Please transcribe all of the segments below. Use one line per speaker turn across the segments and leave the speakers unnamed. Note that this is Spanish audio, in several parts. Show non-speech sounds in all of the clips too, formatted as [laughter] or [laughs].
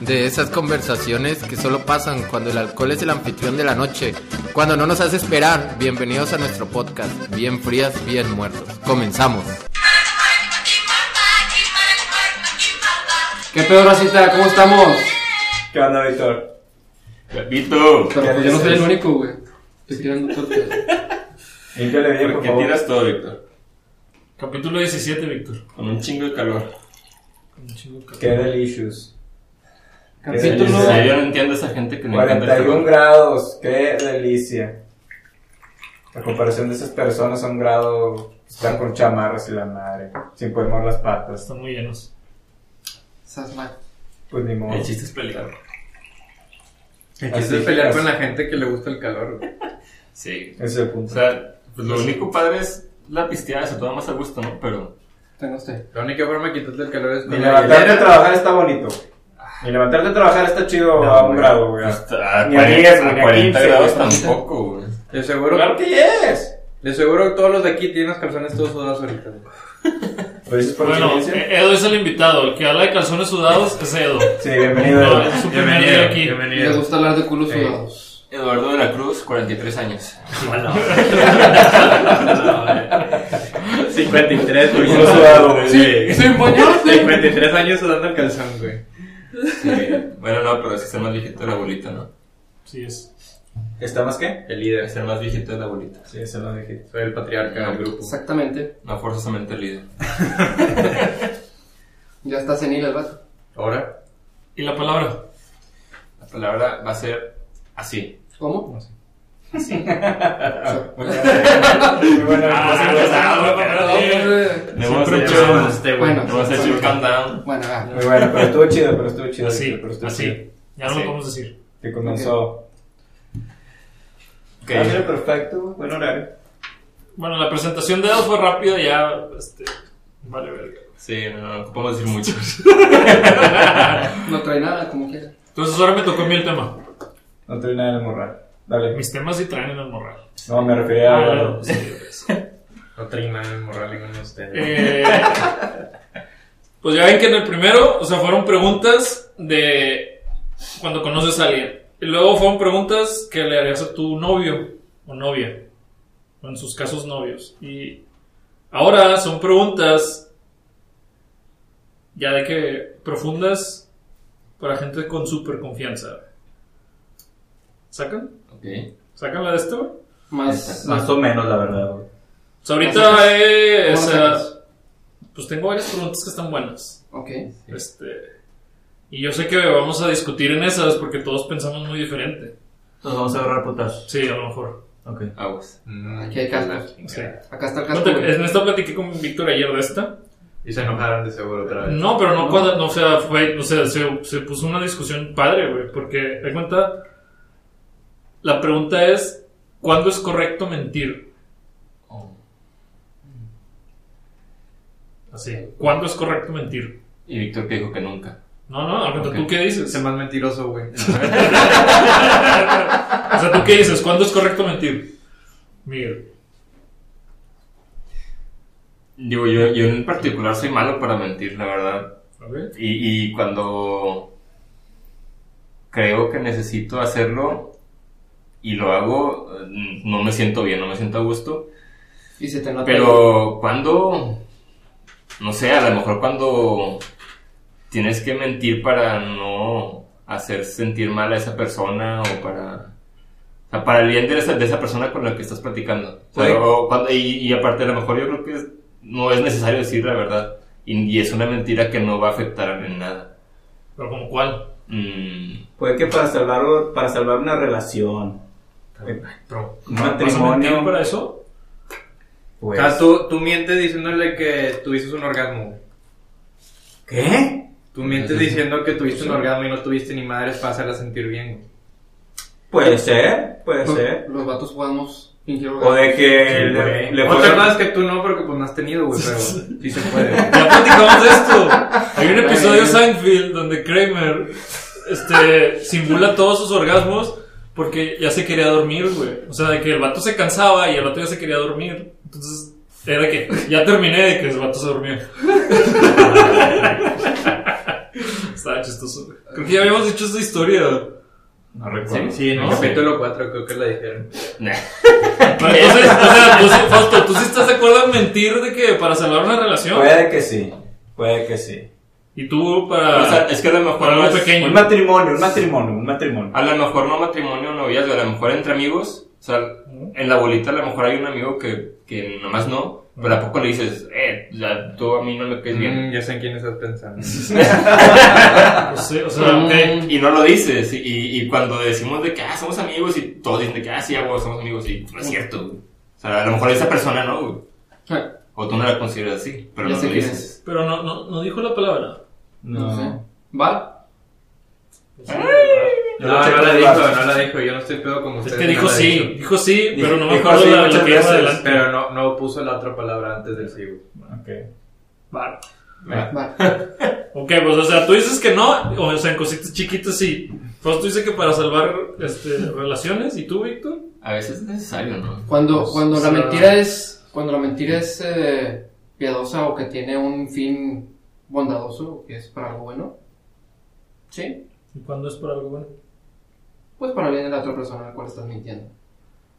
de esas conversaciones que solo pasan cuando el alcohol es el anfitrión de la noche, cuando no nos hace esperar. Bienvenidos a nuestro podcast, bien frías, bien muertos. Comenzamos. ¿Qué pedo, racita? ¿Cómo estamos?
¿Qué onda, Víctor?
Pepito,
Pero pues yo no soy el único, güey. Estoy tirando tortas.
Límpiale bien,
¿por
por
qué
favor.
tiras todo, Víctor?
Capítulo 17, Víctor.
Con un chingo de calor.
Un chingo de cap-
Qué delicious.
En
Capítulo-
Capítulo.
serio, yo no entiendo a esa gente que no encanta el
41
calor.
grados, qué delicia. La comparación de esas personas a un grado están con chamarras y la madre, sin poder mover las patas.
Están muy llenos.
Sasma.
Pues ni modo.
El chiste es pelear.
El
Así
chiste es pelear
es.
con la gente que le gusta el calor. güey.
Sí.
Ese es el
O
punto.
sea, pues lo único padre es la pisteada, se toma más a gusto, ¿no? Pero
Tengo este. usted. La única forma de quitarte el calor es
Ni
con la
levantarte a
hielera.
trabajar está bonito. Ni levantarte a trabajar está chido a un grado, güey.
pues, a
Ni a 10,
40,
ni a
a 40
15,
grados
güey.
tampoco, güey.
De seguro,
Claro que es.
de seguro todos los de aquí tienen las calzones todos sudados ahorita. güey.
¿Lo dices por
Bueno,
experiencia?
eh, Edo es el invitado. El que habla de calzones sudados es Edo.
Sí, bienvenido.
No,
Edu.
es su primer día aquí.
Les gusta hablar de culos
Eh.
sudados.
Eduardo de la Cruz, 43 años.
Bueno. pues, 53, güey.
Culo sudado, güey.
Sí.
¡Se empoñaste!
53 años sudando el calzón, güey.
Sí. Bueno, no, pero es que está más viejito de la abuelita, ¿no?
Sí, es.
¿Está más qué?
El líder es el más viejito de la abuelita.
Sí, se lo
[laughs]
dije.
Soy el patriarca del grupo.
Exactamente.
No forzosamente el líder.
Ya está senil el vato.
Ahora,
¿Y la palabra?
La palabra va a ser así.
¿Cómo?
Muy bueno,
Ah,
muy bueno.
ah, bueno, eh,
Me hemos
Siempre
hecho,
empezamos este, güey.
Bueno.
hemos hecho un countdown.
Bueno, ah, va.
Muy bueno, pero estuvo chido, pero estuvo chido.
Así,
pero estuvo chido.
así. Ya no
Sí.
lo podemos decir.
Que comenzó.
Ok.
Ah, mira, perfecto, güey, buen horario.
Bueno, la presentación de Edo fue rápida, ya. Este, vale, verga.
Sí, no, no, no podemos decir mucho.
No trae nada, como quiera.
Entonces ahora me tocó a mí el tema.
No trae nada de morral. Dale.
Mis temas sí traen en el morral.
No, me refería a.
Ah, sí, pues.
no traen nada de moral ninguno de ustedes.
Eh, pues ya ven que en el primero, o sea, fueron preguntas de cuando conoces a alguien. Y luego fueron preguntas que le harías a tu novio o novia. O en sus casos, novios. Y ahora son preguntas ya de que profundas para gente con súper confianza. ¿Sacan?
Ok.
¿Sacan la de este, güey? O
Más.
Más o menos, la verdad, güey.
sea, Pues ahorita
¿Cómo
es...
la sacas?
pues tengo varias preguntas que están buenas.
Ok.
Este, y yo sé que vamos a discutir en esas porque todos pensamos muy diferente.
Nos vamos a agarrar putas.
Sí, a lo mejor.
Ok.
Aguas.
Aquí hay cascos.
Sí.
Acá está el casco. güey.
En esta platiqué con Víctor ayer de esta.
Y se enojaron de seguro otra vez.
No, pero no,
No.
cuando, no, o sea, fue, o sea, se, se puso una discusión padre, güey, porque, de cuenta, la pregunta es, ¿cuándo es correcto mentir?
Oh.
Así, ¿cuándo es correcto mentir?
Y Víctor que dijo que nunca.
No, no, aguanta,
Ok.
¿tú qué dices?
Ese más mentiroso, güey.
O sea, ¿tú qué dices? ¿Cuándo es correcto mentir? Miguel.
Digo, yo, yo en particular soy malo para mentir, la verdad.
A ver.
Y, y cuando creo que necesito hacerlo y lo hago, eh, no me siento bien, no me siento a gusto.
Y se te nota.
Pero cuando, no sé, a lo mejor cuando tienes que mentir para no hacer sentir mal a esa persona o para... O sea, para el bien de esa, de esa persona con la que estás platicando. O sea,
Sí.
o cuando- y, y aparte, a lo mejor yo creo que es- no es necesario decir la verdad. Y, y es una mentira que no va a afectar en nada.
¿Pero como cuál?
Mm,
Puede que para salvar, para salvar una relación,
Pero,
un
¿Vas a mentir
matrimonio.
para eso?
O
Pues,
sea, tú, tú mientes diciéndole que tuviste un orgasmo. güey.
¿Qué?
Tú mientes
Sí.
diciendo que tuviste un orgasmo y no tuviste ni madres para hacerla sentir bien, güey.
Puede ser, puede ser.
Los vatos podemos fingir
O de que
Sí,
le,
güey.
le
Otra
fueron-
cosa es que tú no, porque pues no has tenido, güey, pero sí se puede.
[laughs]
güey.
Ya platicamos de esto. Hay un episodio de Seinfeld donde Kramer este, simula todos sus orgasmos porque ya se quería dormir, güey. O sea, de que el vato se cansaba y el vato ya se quería dormir. Entonces, era que ya terminé de que el vato se durmió. [laughs] Estaba chistoso, güey. Creo que ya habíamos dicho esta historia.
No recuerdo.
Sí, en el
No,
capítulo 4 creo que lo dijeron.
Nah.
Pero entonces, o sea, tú, sí- Fausto, ¿tú sí estás de acuerdo en mentir de que para salvar una relación?
Puede que sí. Puede que sí.
Y tú para...
O sea, es que a lo mejor
Ah. Para
no
algo
es-
pequeño.
Un matrimonio, un matrimonio, un matrimonio.
A lo mejor no matrimonio, noviazgo, a lo mejor entre amigos. O sea, en la bolita a lo mejor hay un amigo que, que nomás no, pero a poco le dices, eh, ya, tú a mí no me caes bien.
Mm, ya sé en quién estás pensando.
no sé, o sea, ok.
Y no lo dices. Y, y cuando decimos de que, ah, somos amigos, y todos dicen de que, ah, sí, a vos somos amigos, y no es cierto. güey. O sea, a lo mejor esa persona no, güey. O tú no la consideras así, pero
Ya
no
sé
lo
quién
dices.
Pero no, no, no dijo la palabra.
No sé. ¿Va?
No, no, la dijo, no la dijo. Yo no estoy pedo como
Es
ustedes.
que dijo
no la
sí,
dijo.
dijo sí, pero no me
dijo
acuerdo
sí
la, la
muchas
que iba
veces.
adelante.
Pero no, no puso la otra palabra antes del sí, güey.
Ok.
Vale.
Va.
Ok, pues o sea, tú dices que no, o sea, en cositas chiquitas sí. Fausto dice que para salvar este, relaciones, ¿y tú, Víctor?
A veces es necesario, ¿no?
Cuando,
Pues,
cuando
o sea-
la mentira es, cuando la mentira es eh, piadosa o que tiene un fin bondadoso, o que es para algo bueno, ¿sí?
¿Y cuándo es por algo bueno?
Pues para bien de la otra persona a la cual estás mintiendo.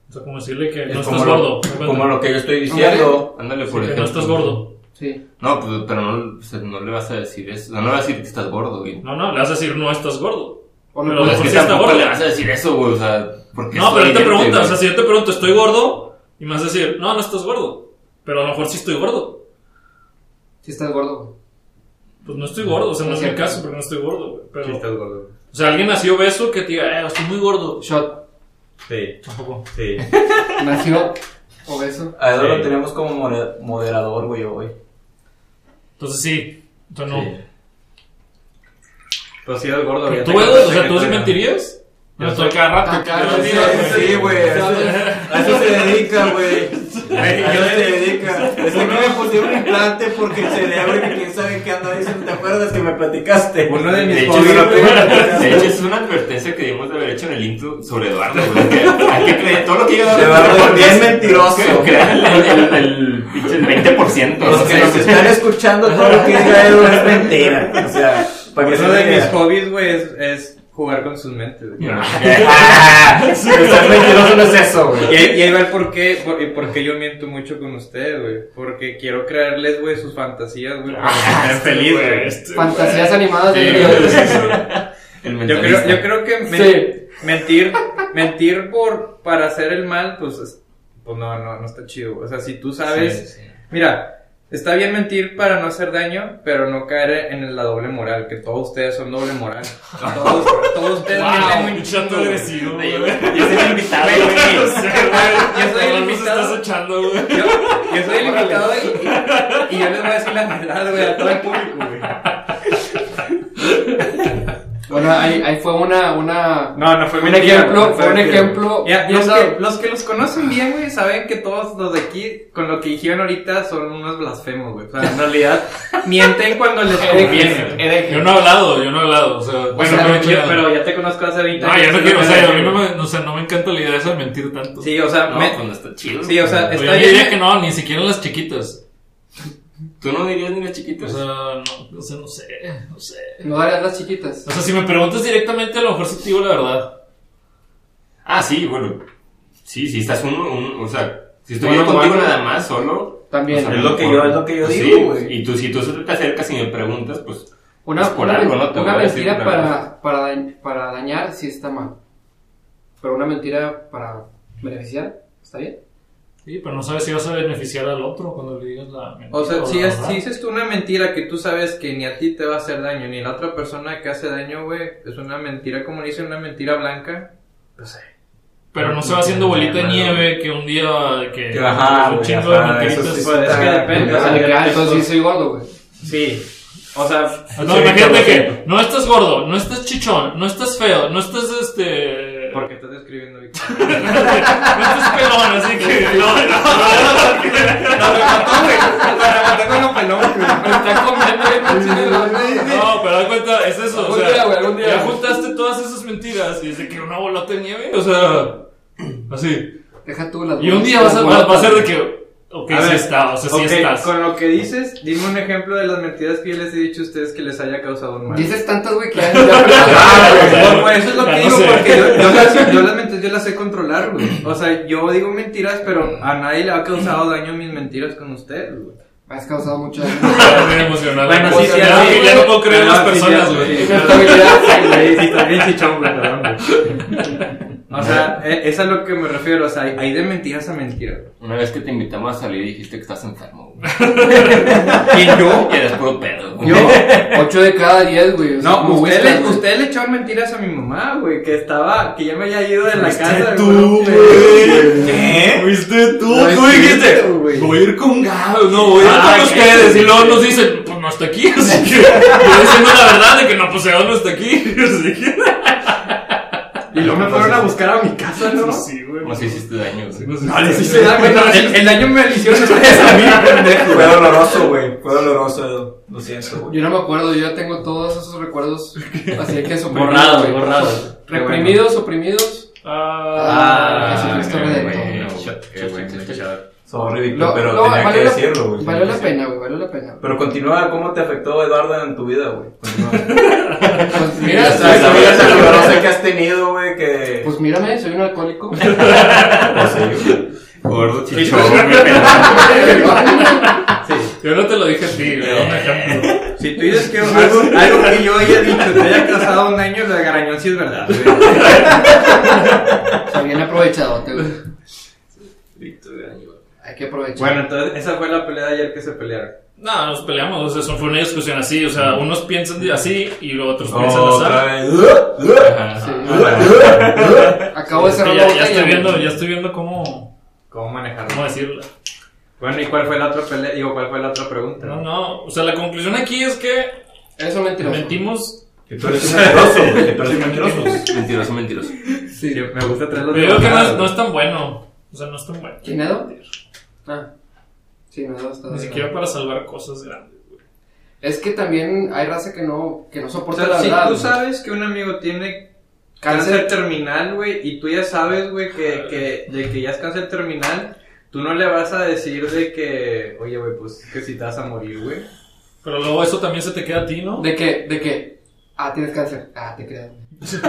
O sea, como decirle que
Es
no
como
estás
lo-
gordo. ¿no?
Como lo que yo estoy diciendo.
Ándale,
Sí,
por
que
ejemplo.
no estás gordo.
Sí.
No, pues, pero no, o sea, no le vas a decir eso. O sea, no le vas a decir que estás gordo, güey.
No, no, le vas a decir no estás gordo.
O no
Pero
puedes-
Pues es
sí
que
está
tampoco
gordo.
le vas a decir eso, güey, o sea, porque
No, pero él te pregunta,
preguntas
o sea, si yo te pregunto, ¿estoy gordo? Y me vas a decir, no, no estás gordo. Pero a lo mejor sí estoy gordo.
si estás gordo.
Pues no estoy gordo, o sea, no es mi
Cierto.
caso porque no estoy gordo, güey.
Sí,
Pero,
estás gordo.
o sea, alguien nació obeso que te diga, eh, estoy muy gordo.
Shot
Sí,
Tampoco.
sí.
nació obeso.
A Eduardo
Sí.
lo tenemos como more- moderador, güey, hoy.
Entonces sí, entonces no.
Sí. Pues sí, eres gordo. ya
¿Tú,
te
Edu,
acordaste
o sea,
que
¿tú
te-
sí mentirías?
Yo
Yo estoy
soy-
cada rato.
Ah,
que
claro,
te
sí,
mentiras,
sí,
güey. A eso se dedica, güey. A eso se dedica. Es que me pusieron un implante porque el cerebro que quién sabe qué anda diciendo. ¿Te acuerdas que me platicaste?
Uno de
De
mis
hecho,
hobbies,
es una,
güey.
de hecho, es una advertencia que debimos de haber hecho en el intro sobre Eduardo, güey. Hay que- Hay que creer todo lo que diga
Eduardo es bien
porque-
mentiroso.
que crean el, el, el pinche 20%.
Los
no
que
sé,
nos
güey.
están escuchando todo lo que diga Edu es mentira. O sea, para que se
Uno de mis
vea. [laughs]
hobbies, güey, es, es jugar con sus mentes. güey.
Ah, Ser mentiroso no es eso,
Y
güey.
ahí, y ahí va el por qué, por, y por qué yo miento mucho con ustedes, güey. Porque quiero creerles, güey, sus fantasías,
[laughs]
güey. para que estén felices, güey.
este,
Fantasías animadas de
El
Yo
mentalista.
creo, yo creo que men-
Sí.
mentir, mentir por, para hacer el mal, pues, es- pues no, no, no está chido. güey. O sea, si tú sabes,
Sí, sí.
mira, está bien mentir para no hacer daño, pero no caer en la doble moral, que todos ustedes son doble moral. [laughs] Todos, todos ustedes
Wow,
mienten
un chato
un chingo, güey.
agresivo, güey.
[laughs] Yo soy el invitado,
No
güey.
sé, güey.
Yo soy el
[laughs] Cabrón, nos
invitado.
estás echando, güey.
Yo, yo soy el invitado y, y yo les voy a decir la verdad, güey, a todo el público, güey.
Bueno, ahí, ahí fue una, una,
No, no fue
un
mentira,
ejemplo,
no
fue un
mentira.
ejemplo.
Ya,
bien
los,
dado.
que, los que los conocen bien, güey, saben que todos los de aquí, con lo que dijeron ahorita, son unos blasfemos, güey. O sea,
[laughs]
en realidad, mienten cuando les conviene. güey.
Yo no he hablado, yo no he hablado, o sea...
Bueno,
o sea,
pero,
no he
yo-
hecho nada.
pero ya te conozco hace 20
Ah,
No, ya no
entonces
quiero, o
te
sea, a
voy
mí no pues,
decir,
me, o sea, no me encanta la idea esa de mentir tanto.
güey. Sí, o sea,
No,
me-
cuando está chido.
sí, o sea,
Pues
está
yo diría
bien.
que no, ni siquiera las chiquitas.
Tú no dirías ni las
O
chiquitas.
sea, no, o sea, no sé, no sé.
No darías las chiquitas.
O sea, si me preguntas directamente, a lo mejor sí te digo la verdad.
Ah, sí, bueno. Sí, sí, estás uno, un, o sea, si estoy
Bueno,
yo contigo
bueno.
nada más, solo.
También.
o sea,
Es lo que yo- es lo que yo
pues
digo,
sí,
güey.
Y tú, si tú se te acercas y me preguntas, pues.
Una,
Pues por
una
algo,
men-
¿no? Te
una
voy a decir
mentira
la
para,
verdad.
para, dañ- para dañar sí está mal. Pero una mentira para beneficiar está bien.
Sí, pero no sabes si vas a beneficiar al otro cuando le digas la mentira.
O sea, si,
la
es-
verdad.
si dices tú una mentira que tú sabes que ni a ti te va a hacer daño, ni la otra persona que hace daño, güey, es una mentira, como dice, una mentira blanca.
Pero no se va haciendo bolita de nieve que un día que
Que ajá,
un
güey,
chingo de
ajá,
mentiritas.
eso sí
Pues, es
está-
que depende,
O sea, de que, ah,
eso-
entonces sí soy gordo, güey.
Sí. O sea,
No, imagínate que no estás gordo, no estás chichón, no estás feo, no estás este.
Porque estás escribiendo, Víctor.
[laughs] No estás pelón, así que. No, no,
No, me mató, güey. Me mató con los pelones, güey.
Está comiendo
[laughs]
bien
no, no, pero da cuenta, es eso. O
Algún
sea,
día, güey, algún día,
ya
güey.
juntaste todas esas mentiras y es de que una bolota de nieve, o sea. [clears throat] Así.
Deja tú las
Y un
bolas-
día vas a,
las
va, va a
bolotas.
[laughs]
ser de que. Ok,
A
sí
ver,
está, o sea,
ok,
sí estás. [laughs]
con lo que dices, dime un ejemplo de las mentiras que yo les he dicho a ustedes que les haya causado un mal.
Dices tantas, güey, que ya
Ah,
ya-
güey,
o sea,
por- por eso es lo
ya
que
no
digo,
sé.
porque yo, yo las, yo las mentiras yo las sé controlar, güey. O sea, yo digo mentiras, pero a nadie le ha causado daño mis mentiras con ustedes, güey.
[laughs] Has causado mucho
Está muy emocional.
Bueno,
O
sí,
sea,
sí,
ya,
sí,
ya no
güey.
puedo creer en
Ah,
las
sí,
personas,
sí,
güey.
sí. Sí, también chichón, güey, perdón, güey. O sea, e- es a lo que me refiero, o sea, hay- hay de mentiras a mentiras. güey.
Una vez que te invitamos a salir dijiste que estás enfermo, güey.
¿Y yo?
[laughs] Y eres puro pedo, güey.
Yo, 8 de cada 10, güey. o sea,
No,
como
usted
whiskas,
le,
güey.
usted le echó mentiras a mi mamá, güey, que estaba, que ya me había ido de la casa.
tú, güey. ¿Qué?
¿Viste tú?
No es
Tú dijiste,
cierto, güey.
voy a ir con Gabo, no, voy a ir
Ah,
con
¿qué?
ustedes. Y luego nos dicen, pues no está aquí. [laughs] Así que, yo diciendo la verdad de que no, pues Gabo no está aquí. [laughs] Así que,
Y luego me fueron a buscar a mi casa, ¿no?
sí, güey.
Nos hiciste daño, güey.
No, les hice daño, no, el, el daño me lo hicieron ustedes a mí, pendejo.
Fue doloroso, güey. Fue doloroso. Lo siento, güey.
Yo no me acuerdo, yo ya tengo todos esos recuerdos. Así que suprimidos.
Borrados,
güey.
borrados.
Reprimidos, suprimidos.
Ah,
Ah, Jesucristo
qué
Redentor.
bueno, güey,
Shot,
qué
shot,
bueno,
shot,
qué
shot.
shot.
Sorry, Víctor,
No,
pero
no,
tenía que
valió la-
decirlo,
Valió
güey.
la
Tenía que decirlo.
pena, güey, valió la pena.
Pero continúa, ¿cómo te afectó Eduardo en tu vida, [laughs] güey? Continúa.
Pues
Ya
mira,
sabes, la vida tan
soy-
dolorosa que has tenido, güey, que...
pues mírame, soy un
[laughs]
alcohólico.
No sé, güey.
Gordo chichón,
pues-
güey, pelado.
Yo no te lo dije a ti, güey. un ejemplo.
Si tú dices que algo, algo que yo haya dicho te haya causado un daño, lo de Garañón sí es verdad, güey.
Está bien aprovechadote, güey. Hay que aprovechar.
Bueno, entonces, esa fue la pelea de ayer que se pelearon.
No, nos peleamos, o sea, eso fue una discusión así, o sea, unos piensan de- así y los otros piensan
Otra
así.
vez.
Sí.
[laughs] Ajá.
Acabo de
Es que
cerrar
ya,
la
ya
boca
estoy
y-
viendo, ya estoy viendo cómo,
¿Cómo manejarlo?
cómo decirlo.
Bueno, ¿y cuál fue la otra pelea? Digo, ¿cuál fue la otra pregunta?
No, no, o sea, la conclusión aquí es que
Eso es mentiroso.
mentimos.
Que tú eres un mentiroso, güey. Que tú eres un mentiroso.
Mentiroso, mentiroso.
Sí, me gusta traer los
Pero yo creo que no es,
debajados.
no es tan bueno, o sea, no es tan bueno.
¿Quién Edo? Ah. Sí, Edo está.
Ni siquiera para salvar cosas grandes.
Es que también hay raza que no, que no
O
soporta
sea,
la
si
verdad.
tú
güey.
sabes que un amigo tiene
Cáncer.
cáncer terminal, güey, y tú ya sabes, güey, que, que, de que ya es cáncer terminal, tú no le vas a decir de que, oye, güey, pues que si te vas a morir, güey.
Pero luego eso también se te queda a ti, ¿no?
¿De qué? ¿De qué? Ah, tienes cáncer. Ah, te creo.
O sea,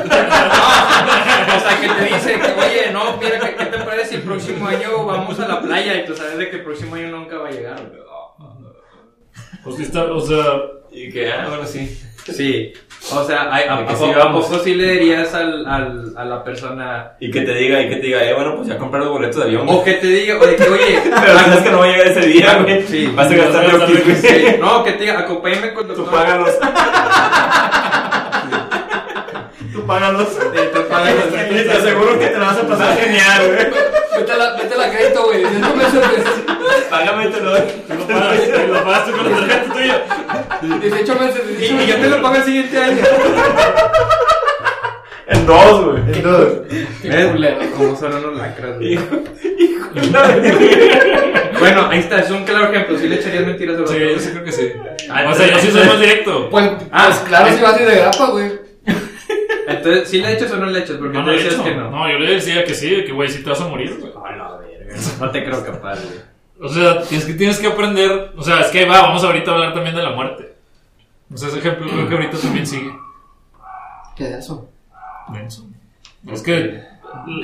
que te dice que, oye, no, mira, que, ¿qué te parece si el próximo año vamos a la playa? Y tú sabes de que el próximo año nunca va a llegar, güey.
O sea, Pues, está- o sea,
Y que, ah, bueno, sí.
Sí, o sea, a, a,
De que
a-
sí
¿a
vamos.
poco sí le dirías al, al, a la persona...
Y que te diga, y que te diga, eh, bueno, pues ya compré los boletos de avión.
O que te diga, o de que,
[laughs]
oye,
Pero sabes que no va a llegar ese día, güey.
Sí.
Vas a gastar
Vas
lo
a
que
gastar-
sí, no, que te diga, acompáñame con tu
Tú págalos. Tú [laughs] págalos. Y te aseguro que te la vas a pasar genial, güey.
Vete a la, vete a la crédito, [laughs] güey. Yo no me sorprendí.
Págame y te lo doy.
tú lo pagas, tú lo pagas tú con la tarjeta tuya.
18 meses, 18
Y, y yo te lo pago el siguiente año.
En dos, güey.
¿Eh?
Qué culero.
Como son unos lacras, güey. Bueno, ahí está, es un claro ejemplo. Si le echarías mentiras a los
Sí, yo
otros.
sí creo que sí. O sea, yo sí soy más directo.
Pues,
Ah,
pues claro,
eh.
si vas a ir de grapa, güey.
Entonces, ¿sí le echas o no le echas? Porque
No,
tú
no, de
decías
hecho,
que no.
no, yo le decía que sí, que güey, si te vas a morir, güey.
A la verga. No te creo capaz, güey.
O sea, tienes que, tienes que aprender. O sea, es que va, vamos ahorita a hablar también de la muerte. O sea, ese ejemplo creo que ahorita también sigue.
¿Qué es eso?
Denso. Es que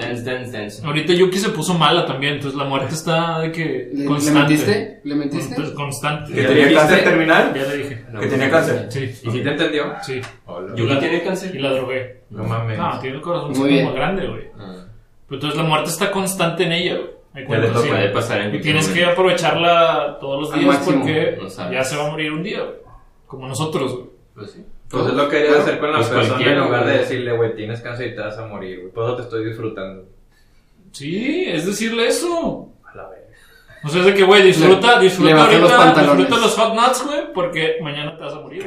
Dance, dance, dance.
ahorita Yuki se puso mala también, entonces la muerte está de que
¿Le, le
constante.
mentiste? ¿Le mentiste?
Pues,
¿Que
constante.
tenía
dijiste?
cáncer terminal?
Ya le dije.
¿Que tenía cáncer?
Sí,
¿Y si te entendió?
sí.
¿Yo
la-
tiene
Y
cáncer?
la drogué.
No mames.
No, tiene un corazón
Muy
como
bien.
grande, güey.
Ah.
Pero entonces la muerte está constante en ella, güey. Me
Ya le
cuento,
toca,
sí.
Puede pasar en
Y tienes que
cualquier
aprovecharla todos los
Al
días
máximo,
porque
no sabes.
ya se va a morir un día, güey. Como nosotros, güey.
momento. Pues sí.
Pues es lo que debes hacer con la
Pues
persona en
cualquiera,
lugar de
güey.
decirle, güey, tienes cáncer y te vas a morir, güey. Por eso te estoy [laughs] disfrutando.
Sí, es decirle eso.
A la verga.
O sea, es de que, güey, disfruta,
Le-
disfruta
le bajé
ahorita,
los pantalones.
disfruta los hot nuts, güey, porque mañana te vas a morir.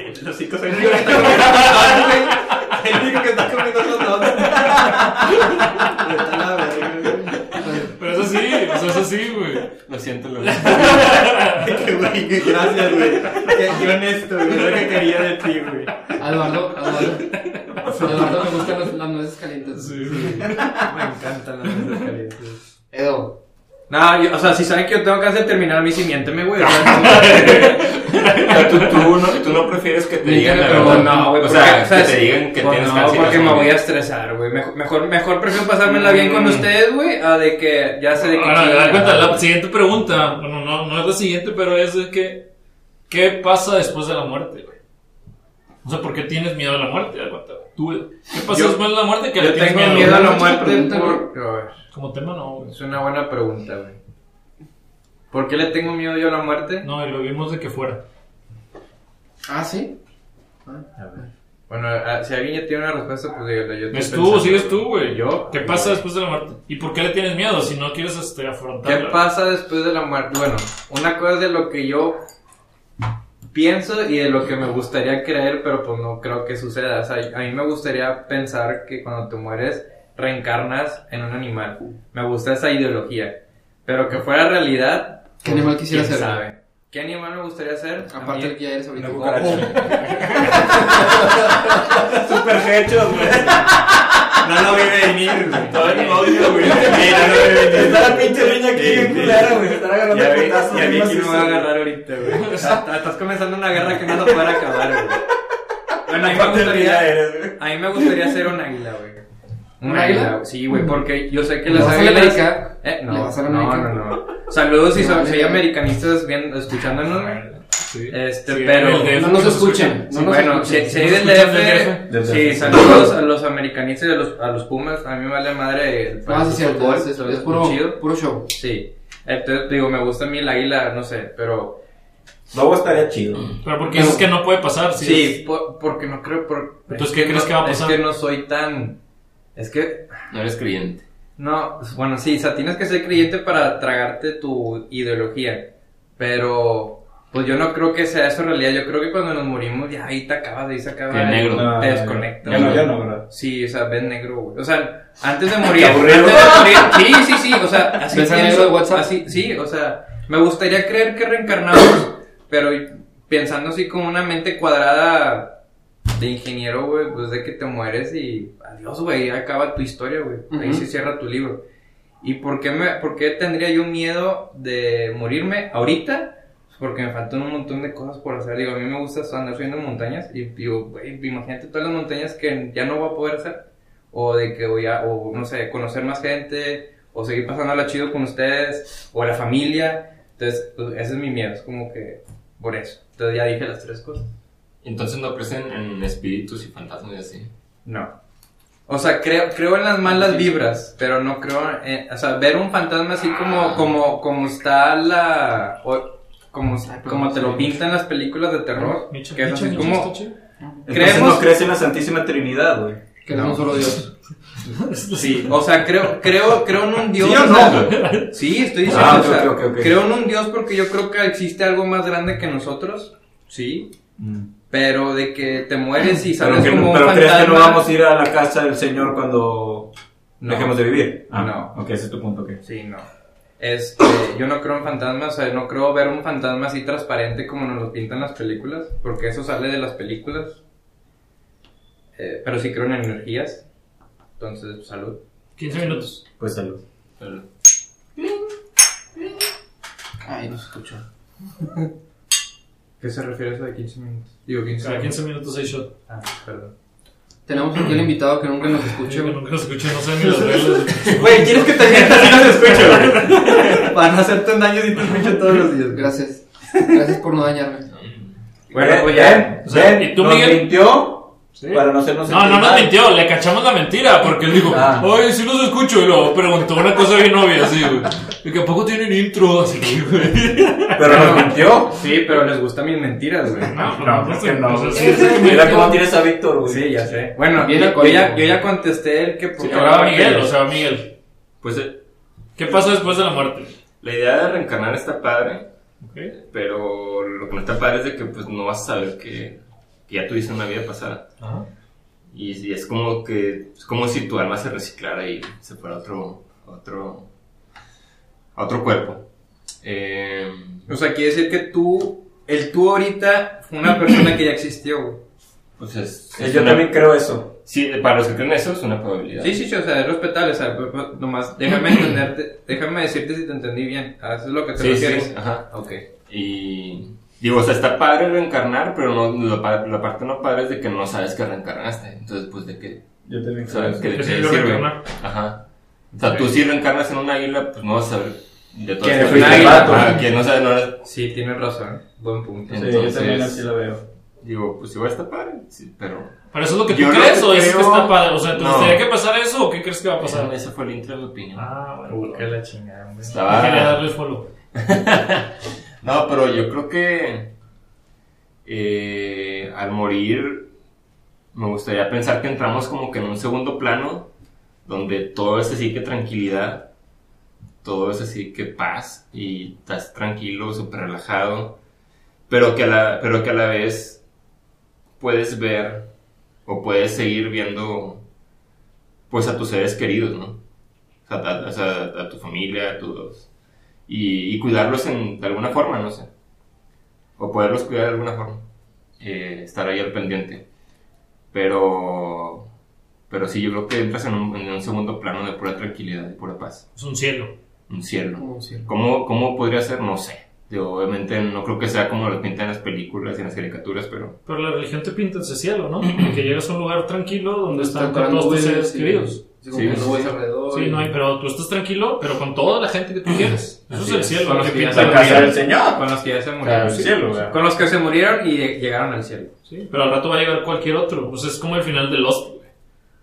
El único que está comiendo los dos. [laughs]
A la verga,
Pero eso sí, o sea, eso sí,
[laughs]
güey.
[laughs] Lo siento, lo
güey. Gracias, güey. Qué, qué honesto, güey. Es lo que quería de ti, güey.
Eduardo, Eduardo. Eduardo, me gustan las, las nueces calientes.
Me encantan las calientes.
Edo,
No, yo- o sea, si saben que yo tengo que hacer terminar, a mí sí miénteme, güey. o sea,
O sea, tú, tú no, tú no prefieres que te
Ni
digan
que
la
me
verdad.
no, no, güey.
o
porque,
sea,
¿sabes?
que te digan que
Pues
tienes
No,
cáncer.
porque me voy a
a...
estresar, güey. Mejor, mejor, mejor prefiero pasarme la bien con
Mm.
ustedes, güey, a de que ya sé de que.
Ahora, me
chinga.
da cuenta, la siguiente pregunta, bueno, no, no es la siguiente, pero es de que, ¿qué pasa después de la muerte, güey? O sea, ¿por qué tienes miedo a la muerte? Aguanta, güey. Tú, ¿Qué pasa
Yo-
después de la muerte que le
Yo
tienes
tengo miedo a
güey?
la
Mucha
muerte
pregunta,
por. A ver,
Como tema, no, güey.
Es una buena pregunta, güey. ¿Por qué le tengo miedo yo a la muerte?
No, y lo vimos de que fuera.
Ah, sí.
Bueno, a- si alguien ya tiene una respuesta, pues dígala. Yo estoy
Es tú,
pensando.
sigues tú, güey.
Yo.
¿Qué pasa después de la muerte? ¿Y por qué le tienes miedo si no quieres este,
¿Qué
afrontarla?
pasa después de la muerte? Bueno, una cosa es de lo que yo pienso y de lo que me gustaría creer, pero pues no creo que suceda. O sea, a mí me gustaría pensar que cuando te mueres reencarnas en un animal. Me gusta esa ideología. Pero que fuera realidad. pues,
¿Qué animal quisiera
quién
ser?
sabe. ¿Qué animal me gustaría ser? A mí-
Aparte del que ya eres ahorita.
Una cucaracha.
Oh,
[laughs]
Super fechos, [laughs] güey. No lo vi venir, güey.
Todo el odio, güey. Mira,
Está la pinche niña aquí bien culera, güey. Están agarrando
Ya vi,
putazos.
ya vi
mismas
que no me va a
cosas.
agarrar ahorita, güey.
[laughs]
Estás estás comenzando una guerra que no vas a poder acabar, güey. Bueno, a mí
[laughs]
me
¿Cuánto vida
gustaría,
eres, güey?
a mí me gustaría ser un águila, güey.
¿Un águila?
güey, Sí, güey, porque yo sé que
¿Le
las
vas a la Ah,
águilas...
América?
Eh, no,
¿Le vas a la
no,
América?
no, no. Saludos si
No,
son-
no,
soy
no.
americanistas bien escuchándonos.
Sí.
Este,
Sí,
pero-
el DF
No nos
se
escuchan. No nos
Sí, bueno, si,
escuchan.
si hay del
¿No escuchas del
DF,
DF?
sí,
Del DF.
saludos a los americanistas y a los, a los Pumas. A mí me vale madre el
No, Ah, sí, es cierto,
fútbol,
es, es- es
muy
puro,
chido.
puro show.
Sí, entonces digo, me gusta a mí el águila, no sé, pero
Lobo estaría chido.
Pero porque dices que no puede pasar, sí.
Sí, por- porque no creo. Por,
Entonces,
es
¿qué crees
no-
que va a pasar?
Es que no soy tan. Es que.
No eres creyente.
No, pues, bueno, sí, o sea, tienes que ser creyente para tragarte tu ideología. Pero. Pues yo no creo que sea eso en realidad. Yo creo que cuando nos morimos, ya ahí te acabas, ahí se acaba.
Qué negro.
Ah,
No,
Te desconecta.
Ya no, ya no, ¿verdad?
Sí, o sea, ves negro, güey. O sea,
[laughs]
antes de morir. antes de
aburrido.
morir sí, sí, sí. O sea, así
¿Ves a negro de WhatsApp?
así- sí, o sea, me gustaría creer que reencarnamos, pero pensando así como una mente cuadrada de ingeniero, güey, pues de que te mueres y adiós, güey, ahí acaba tu historia, güey. Ahí
Ujú.
se cierra tu libro. ¿Y por qué, me, por qué tendría yo miedo de morirme ahorita? Pues, Porque me faltan un montón de cosas por hacer. Digo, a mí me gusta andar subiendo montañas y digo, güey, imagínate todas las montañas que ya no voy a poder hacer. O de que voy a, o no sé, conocer más gente, o seguir pasándola chido con ustedes, o la familia. Entonces, pues, ese es mi miedo, es como que por eso. Entonces ya dije las tres cosas.
Entonces no crees en, en espíritus y fantasmas y así.
No. O sea, creo, creo en las malas vibras, pero no creo en, o sea, ver un fantasma así como, como, como está la, o- como, como te lo pintan las películas de terror,
Micho,
que es
Micho,
así
Micho,
como,
está chido.
Entonces
Creemos-
no crees en la Santísima Trinidad, güey.
Que no. es un solo Dios.
Sí.
O sea, creo, creo, creo en un Dios.
¿Sí o
o sea,
no?
Sí, estoy diciendo,
Ah,
o sea,
ok, ok, ok.
creo en un Dios porque yo creo que existe algo más grande que nosotros, sí,
Mm.
pero de que te mueres y
Pero,
sales
que,
como un
pero crees
fantasma.
que no vamos a ir a la casa del Señor cuando
No.
dejemos de vivir. Ah,
No.
Ok, ese es tu punto, [laughs] ok.
Sí, no. Este, yo no creo en fantasmas, o sea, no creo ver un fantasma así transparente como nos lo pintan las películas, porque eso sale de las películas. Eh, pero sí creo en energías. Entonces, pues, salud.
15 minutos.
Pues salud.
Pero-
Ay, no se escuchó.
¿Qué se refiere a eso de 15 minutos? Digo, 15
Cada
minutos.
15 minutos hay shot.
Ah, perdón.
Tenemos aquí al invitado que nunca nos escucha.
Yo que
güey.
nunca lo escuché, no sé ni [laughs] los velos.
Güey, ¿quieres que
[laughs]
te sientas si no se escucha, güey? Para no hacerte daño si te escucho todos los días.
Gracias. Gracias por no dañarme.
Bueno,
Eh,
pues ya.
eh,
O sea,
eh,
¿y tú,
nos
Miguel?
mintió para no sernos
No, no nos
mal.
mintió, le cachamos la mentira, porque él dijo,
Ah.
oye, sí los escucho, y luego preguntó una cosa bien obvia, así, güey. Y que a poco tienen intro, así que, güey.
Pero nos mintió.
Sí, pero les gustan mis mentiras, güey.
no, sé, no, sé, sí, sí,
Mira cómo tienes a Víctor, güey.
Sí, ya sé. Bueno,
Viene
yo,
con-
yo ya, yo ya contesté el que...
Sí,
porque
ahora va Miguel, o sea, Miguel.
Pues eh,
¿Qué pasa después de la muerte?
la idea de reencarnar está padre,
Ok.
pero lo que no está padre es de que pues no vas a saber que, que ya tuviste una vida pasada.
Ajá.
Y, y es como que es como si tu alma se reciclara y se fuera a otro a otro a otro cuerpo. Eh,
O sea, quiere decir que tú, el tú ahorita fue una persona que ya existió, güey.
Pues es.
Eh,
es
Yo
una-
también creo eso.
Sí, para los que creen eso es una probabilidad.
Sí, sí, sí, o sea, es respetable, o sea, pero- pero nomás déjame entenderte, déjame decirte si te entendí bien, a eso es lo que te
Sí,
refieres.
sí, ajá.
Ok.
Y. Digo, o sea, está padre reencarnar, pero no, la, pa- la parte no padre es de que no sabes que reencarnaste. Entonces, pues, ¿de qué?
Yo también
O sea, ¿de qué, de
Que
qué
sí lo
sirve?
reencarnar.
Ajá. O sea, tú si reencarnas en un águila, pues no vas a saber de todo
¿Quién
esto.
fue el
Ajá,
vato?
que no sabe, no eres-
Sí, tienes razón, buen punto.
Sí.
yo también
entonces-
así lo veo.
Digo, pues igual está padre, sí, pero...
¿Pero eso es lo que tú
Yo lo
crees
que
o es que
creo-
está padre? O sea, ¿te
No.
gustaría que pasara eso o qué crees que va a pasar?
Ese fue el intro de mi opinión.
Ah,
Uh,
bueno.
qué la chingada, güey.
Ah.
Estaba-
Quería darle follow.
No, pero yo creo que eh, al morir me gustaría pensar que entramos como que en un segundo plano donde todo es así que tranquilidad, todo es así que paz y estás tranquilo, súper relajado, pero que, a la, pero que a la vez puedes ver o puedes seguir viendo pues a tus seres queridos, ¿no? O sea, a, o sea, a tu familia, a tus, y, y cuidarlos en, de alguna forma, no sé. O poderlos cuidar de alguna forma. Eh, estar ahí al pendiente. Pero, pero sí, yo creo que entras en un, en un segundo plano de pura tranquilidad, de pura paz.
Es un cielo.
Un cielo.
Como un cielo.
¿Cómo, cómo podría ser? No sé. Digo, obviamente no creo que sea como lo pintan en las películas y en las caricaturas, pero...
Pero la religión te pinta ese cielo, [clears throat] ¿no? Que llegas a un lugar tranquilo donde están
Están
todos tus
nubes
seres
y-
queridos.
Sí, como
Sí,
que
sí,
nubes
sí.
alrededor.
Sí,
y-
no hay, pero tú estás tranquilo, pero con toda la gente que tú quieres. Eso
Así
es el
es.
cielo.
Con
lo
los
que
que ya
pinta
se
la
casa
religión.
del
Señor.
Con los que ya se
Claro,
murieron.
el cielo, güey.
Con los que se murieron y lleg- llegaron al cielo.
Sí, pero al rato va a llegar cualquier otro. Pues es como el final de Lost. güey.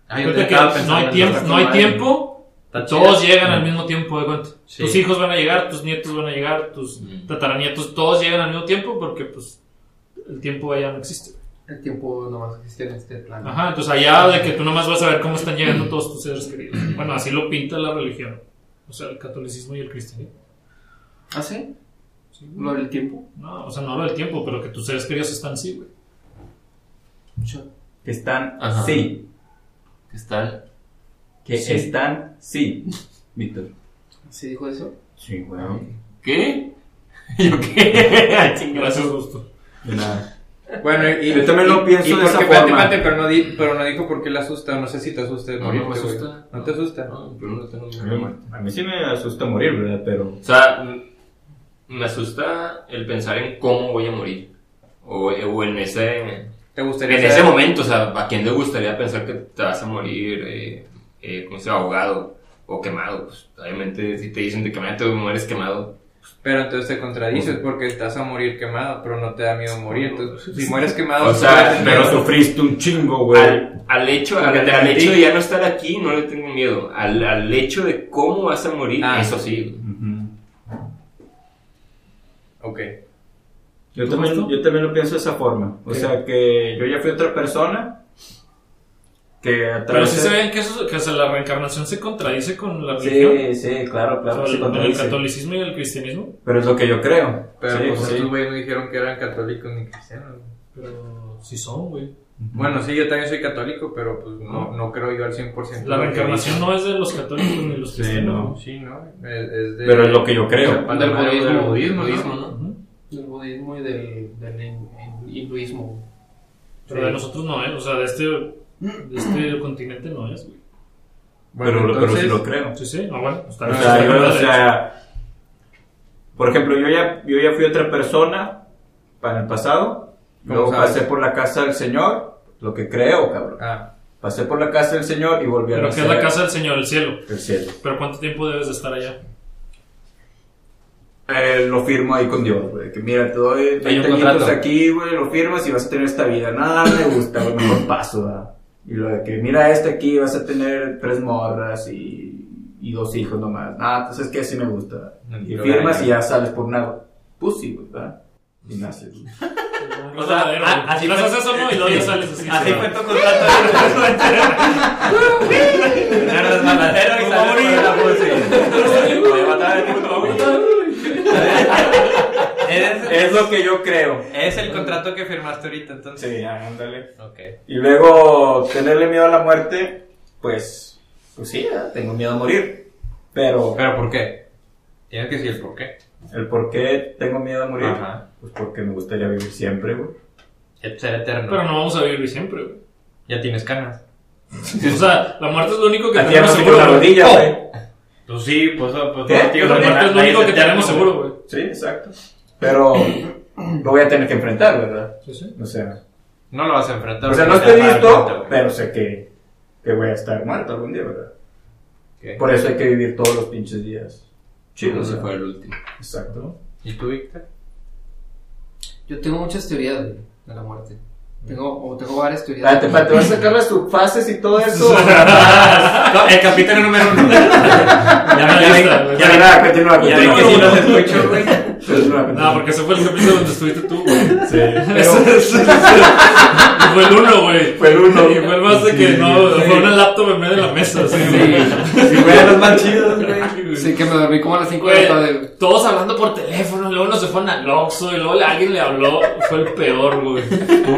Ah, yo
Cuenta
te
que
estaba pensando
no hay
en
tiempo,
otra ¿eh?
no hay
madre.
tiempo.
Está
Todos
chido.
llegan al mismo tiempo, de cuenta.
Sí.
Tus hijos van a llegar, tus nietos van a llegar, tus
Mm.
tataranietos, todos llegan al mismo tiempo porque pues el tiempo allá no existe.
El tiempo nomás existe en este plano.
Ajá, entonces allá de que tú nomás vas a ver cómo están llegando todos tus seres queridos. Bueno, así lo pinta la religión. O sea, el catolicismo y el cristianismo.
¿Ah, sí? Lo del tiempo.
No, o sea, no lo del tiempo, pero que tus seres queridos están sí, güey.
Yo-
Que están
Ajá.
sí.
que están
Que
Sí.
están sí. Víctor.
¿Sí dijo eso?
Sí, güey.
¿Qué? [laughs] ¿Yo qué? Ah, chinga.
Gracias, Gusto.
Nada.
Bueno, y,
Yo también lo
y-
pienso
y
de
por
esa
qué- espérate,
forma.
espérate, pero, no di- pero no dijo por qué le asusta. No sé si te asusta. de
No,
morirte,
no me
güey.
asusta.
¿No te asusta?
No, pero no tengo miedo a la muerte.
A mí sí me asusta morir, ¿verdad? Pero.
O sea, m- me asusta el pensar en cómo voy a morir. O, o en ese
¿Te gustaría
en
saber-
ese momento, o sea, ¿a quién le gustaría pensar que te vas a morir, eh, eh, como sea, ahogado o quemado? Pues, obviamente, si te dicen de que mañana te mueres quemado,
Pero entonces te contradices porque estás a morir quemado, pero no te da miedo morir. Entonces, si mueres quemado...
O sea,
mueres en-
pero
Pero sufriste un chingo, güey.
al, al hecho, al,
Porque te
al hecho de
mentí.
ya no estar aquí, no le tengo miedo. Al, al hecho de cómo vas a morir,
Ah.
eso sí.
Ujú.
Ok.
Yo
¿Tú,
también,
Fausto?
yo también lo pienso de esa forma. O
Sí.
sea, que yo ya fui otra persona. Que a
Pero
través
sí
de-
saben que, eso, que o sea, la reencarnación se contradice con la religión.
Sí, sí, claro,
O sea,
claro. se
el- el
contradice.
catolicismo y el cristianismo.
Pero es lo que yo creo.
Pero
Sí,
pues
sí.
estos güeyes no dijeron que eran católicos ni cristianos. güey.
Pero sí son, güey.
Bueno, sí, yo también soy católico, pero pues no, no creo yo al 100%.
La
lo que
reencarnación
dicen.
no es de los católicos ni los
Sí,
cristianos.
no.
Sí, no. Es, es de...
Pero es lo que yo creo.
Del budismo. Del budismo, ¿no?
budismo, ¿no?
Ujú.
Del budismo y del, del hin- hin- hinduismo.
Pero de nosotros no es, o sea, de este, de este continente no es, güey.
Bueno,
pero, pero sí
entonces-
lo creo.
Sí, sí, ah, bueno, está
O
bien.
sea,
Está
yo,
bien,
o
dale.
sea, por ejemplo, yo ya, yo ya fui otra persona para el pasado.
¿Cómo
Luego
sabes?
pasé por la casa del Señor. Lo que creo, cabrón.
Ah,
Pasé por la casa del Señor y volví a
Pero que es
nacer
la casa del Señor, el cielo.
del cielo.
Pero ¿cuánto tiempo debes de estar allá?
Eh, lo firmo ahí con Dios, güey. Que mira, te doy
Hay un
20 añitos
contrato.
aquí, güey, lo firmas y vas a tener esta vida. Nada me gusta, güey, mejor paso, ¿verdad? Y lo de que mira este aquí, vas a tener tres morras y, y dos hijos nomás. Nada, entonces es que así me gusta. ¿verdad? Y firmas y ya sales por una pussy, güey, ¿verdad? Y naces. güey.
[laughs]
O sea, así Las haces o no y luego ya sales así.
así fue
tu
[laughs] Eres-
[laughs] Es lo que yo creo.
Es el contrato que firmaste ahorita, entonces.
Sí, ándale.
Ok.
Y luego tenerle miedo a la muerte, pues, pues sí, ¿verdad? tengo miedo a morir. Pero
¿Pero por qué? Tienes que decir el por qué.
el por qué tengo miedo a morir,
Ajá.
pues porque me gustaría vivir siempre, güey.
ser eterno.
Pero no vamos a vivir siempre, güey.
Ya tienes canas.
O sea, la muerte es lo único que
A ti ya no
tenemos
se quita
seguro.
la
güey.
rodilla, güey.
Pues sí, pues, pues
¿Qué?
no, tío,
Yo
La
no,
también,
muerte
na-
es lo
nadie
único
se
que
te
tenemos
hace,
seguro,
güey.
güey.
Sí, exacto. Pero lo voy a tener que enfrentar, ¿verdad?
Sí, sí.
O sea,
No lo vas a enfrentar.
o sea no
porque
estoy
te vas a dar cuenta,
listo,
güey.
pero sé que, que voy a estar muerto algún día, ¿verdad?
¿Qué?
Por eso hay que vivir todos los pinches días.
Chido,
o
si
sea,
fuera el último.
Exacto.
¿Y tú, Víctor?
Yo tengo muchas teorías güey, de la muerte. Tengo, o tengo varias teorías.
Espérate, espérate, Ah, ¿vas a sacar las subfases y todo eso?
[laughs]
No, el capítulo número uno. ya, ya,
Lista,
ya,
Ya nada, continúa,
Ya ven
continúa.
que si no se escucha, güey.
Continúa,
No,
continúa.
Ah, porque ese fue el capítulo donde estuviste tú, güey.
[laughs] Sí.
Ese- ese- ese- fue el uno, güey.
Fue el uno.
Y fue el más de que
Sí,
no,
sí.
fue una laptop en medio de la mesa. Sí,
Sí, güey, eran los más chidos, güey.
güey.
Sí, que me dormí como a las 5 de
Güey,
la tarde. güey.
todos hablando por teléfono, luego no se fueron al Oxxo, y luego le- alguien le habló, fue el peor, güey.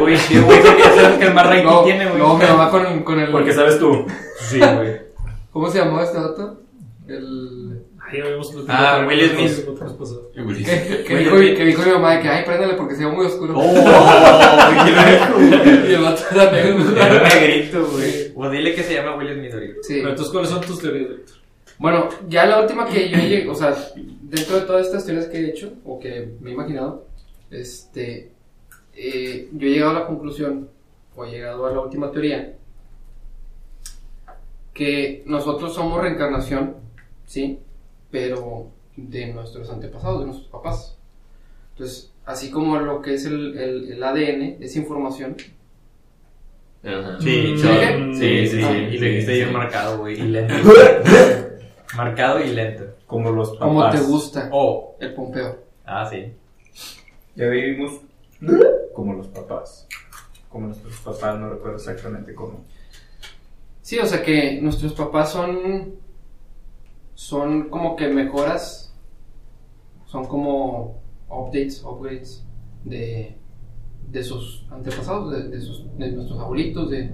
Uy, sí, güey, que ya sabes que el más rating
Luego-
tiene, güey.
Luego mi mamá con, con el.
Porque sabes tú.
[laughs] Sí, güey.
¿Cómo se llamó este dato? El.
Ahí habíamos platicado
Ah,
también
Will
otras-
Smith.
otras cosas.
Que, que dijo, que dijo mi mamá de que, ay, préndale porque se ve muy oscuro. [laughs] y el vato era negro.
Era negrito, güey. O dile que se llama Will Smith ahorita.
Sí.
Pero entonces, ¿cuáles son tus teorías, Víctor?
Bueno, ya la última que yo llegué, o sea, dentro de todas estas teorías que he hecho, o que me he imaginado, este, eh, yo he llegado a la conclusión, o he llegado a la última teoría, que nosotros somos reencarnación, ¿sí? Pero de nuestros antepasados, de nuestros papás. Entonces, así como lo que es el, el- el ADN, es información,
Ajá.
Sí,
Mm.
sí, sí, sí.
Ah.
Y le dijiste
Sí,
bien
sí.
marcado, güey. Y lento. [laughs] marcado y lento.
Como los papás.
como te gusta
Oh.
el pompeo.
Ah, sí.
Ya vivimos como los papás. Como nuestros papás, no recuerdo exactamente cómo.
Sí, o sea que nuestros papás son. Son como que mejoras. Son como updates, upgrades de, de sus antepasados, de, de sus- de nuestros abuelitos. De,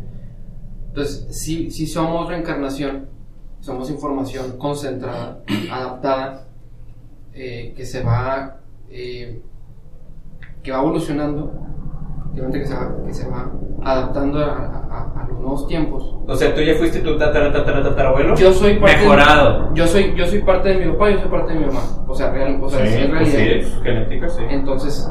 entonces, sí, sí somos reencarnación. Somos información concentrada, [clears throat] adaptada, eh, que se va. eh, que va evolucionando, obviamente que se va, que se va adaptando a- a- a- a los nuevos tiempos.
O sea, tú ya fuiste tu tatara, tatara, tatarabuelo.
Yo soy parte
Mejorado.
yo soy yo soy parte de mi papá, yo soy parte de mi mamá. O sea, real, o sea, sí, es
pues
realidad.
genética, sí.
Entonces,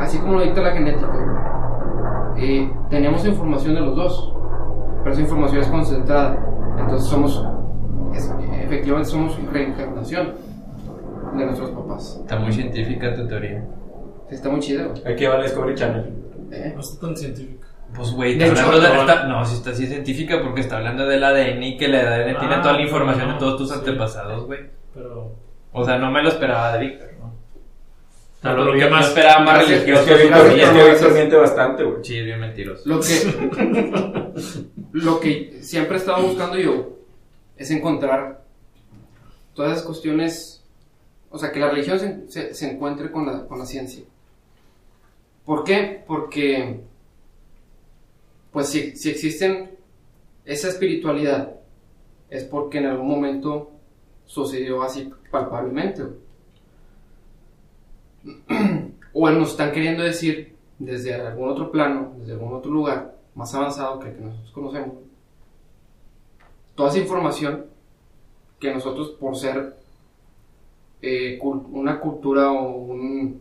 así como lo dicta la genética, eh, tenemos información de los dos, pero esa información es concentrada. Entonces somos, es- efectivamente somos reencarnación de nuestros papás.
Está muy científica tu teoría.
Está muy chido. güey.
Aquí va el Discovery Channel.
Eh,
No es tan científico.
Pues, güey,
De
está
hecho,
hablando de-
no.
está- no, si está así científica porque está hablando del ADN y que el ADN tiene
Ah,
toda la información
no,
de todos tus
sí.
antepasados, güey.
Pero.
O sea, no me lo esperaba de Víctor, ¿no?
Pero
No,
lo que
yo no
más-
esperaba más
Gracias,
religioso.
Es que Víctor-
güey,
es
es
que
que-
Víctor miente bastante, güey.
Sí, es bien mentiroso.
Lo que, lo que siempre he estado buscando yo es encontrar todas esas cuestiones, o sea, que la religión se, se- se encuentre con la, con la ciencia. ¿Por qué? Porque, pues si, si existen esa espiritualidad, es porque en algún momento sucedió así palpablemente. O nos están queriendo decir desde algún otro plano, desde algún otro lugar más avanzado que el que nosotros conocemos, toda esa información que nosotros por ser eh, cul- una cultura o, un-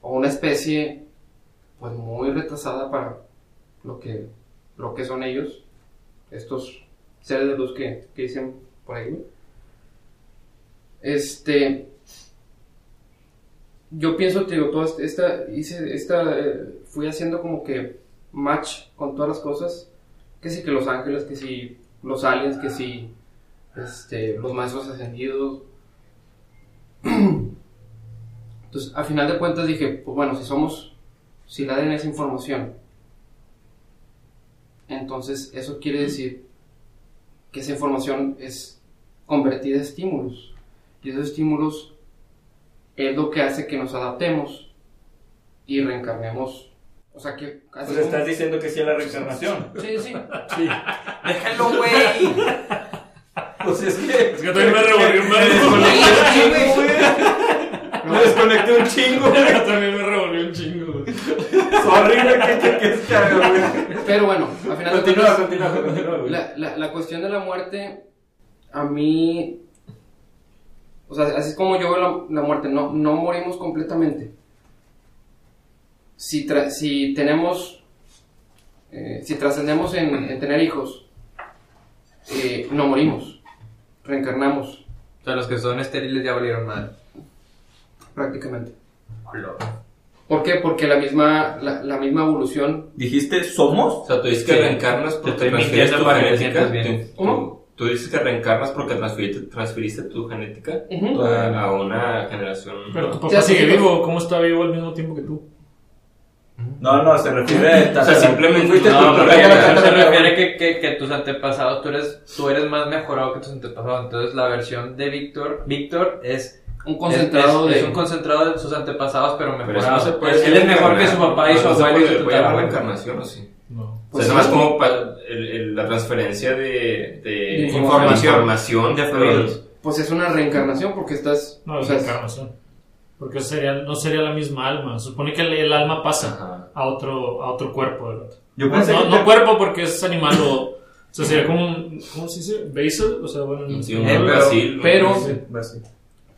o una especie pues muy retrasada para lo que, lo que son ellos, estos seres de luz que, que dicen por ahí, güey. este, yo pienso, te digo, toda este- esta, hice, esta, eh, fui haciendo como que match con todas las cosas, que sí que Los Ángeles, que sí los aliens, que sí este, los maestros ascendidos. [clears throat] Entonces, a final de cuentas dije, pues bueno, si somos, si la ADN es información, entonces eso quiere decir que esa información es convertida a estímulos. Y esos estímulos es lo que hace que nos adaptemos y reencarnemos. O sea que
Pues
casi
estás diciendo que sí a la reencarnación. [laughs]
Sí, sí.
¡Déjalo, güey!
Pues es que.
Es que también me revolvió
[laughs]
[laughs]
un [laughs] vergo.
Me desconecté un chingo, güey.
También me revolvió un chingo, güey.
Sorry, güey, que, que, que es caro, güey.
Pero bueno, al final de
Continúa,
cuentas,
continúa, continúa, güey.
la, la, la cuestión de la muerte, a mí. O sea, así es como yo veo la, la muerte. No, no morimos completamente. Si, tra- si tenemos. eh, si trascendemos en, en tener hijos, eh, no morimos. Reencarnamos,
O sea, los que son estériles ya valieron mal.
prácticamente. ¿Por qué? Porque la misma, la, la misma evolución.
¿Dijiste somos?
O sea, tú dices que
Sí.
reencarnas
Te
porque
estoy
transferiste tu
mintiendo para que sientas
genética.
bien.
Tú-
¿Cómo?
Tú dices que reencarnas porque transferiste, transferiste tu genética
Ujú.
a, a una generación.
Pero tu
Ya
papá
sé
sigue
que-
vivo, ¿cómo está vivo al mismo tiempo que tú?
No, no, se refiere a...
O sea, simplemente
fuiste
no,
tu
pero
propia-
ya,
se refiere que, que, que tus antepasados, tú eres, tú eres más mejorado que tus antepasados. Entonces la versión de Víctor, Víctor es
Un concentrado
es, es
de.
un concentrado de sus antepasados, pero
Pero eso no se
mejorado.
puede
él
decir
es mejor que su
reencarnar.
papá y
No
su
se
abuelo y
puede-
su
puede llamar
tatarabuelo.
reencarnación o sí.
No.
O sea,
Pues
es más
sí.
como pa- el- el- la transferencia de, de
De
información.
información de fluidos.
Pues es una reencarnación porque estás.
No,
o
es
sea,
reencarnación. Porque eso sería, no sería la misma alma. Supone que el, el alma pasa
Ajá.
a otro, a otro cuerpo del otro.
Yo
No,
pensé que...
no cuerpo porque es animal o. O sea, sería como un. ¿Cómo se dice? Basal. O sea, bueno. no
Sí,
sé.
un
Eh, pero-
Brasil, un-
pero-
Sí.
Así.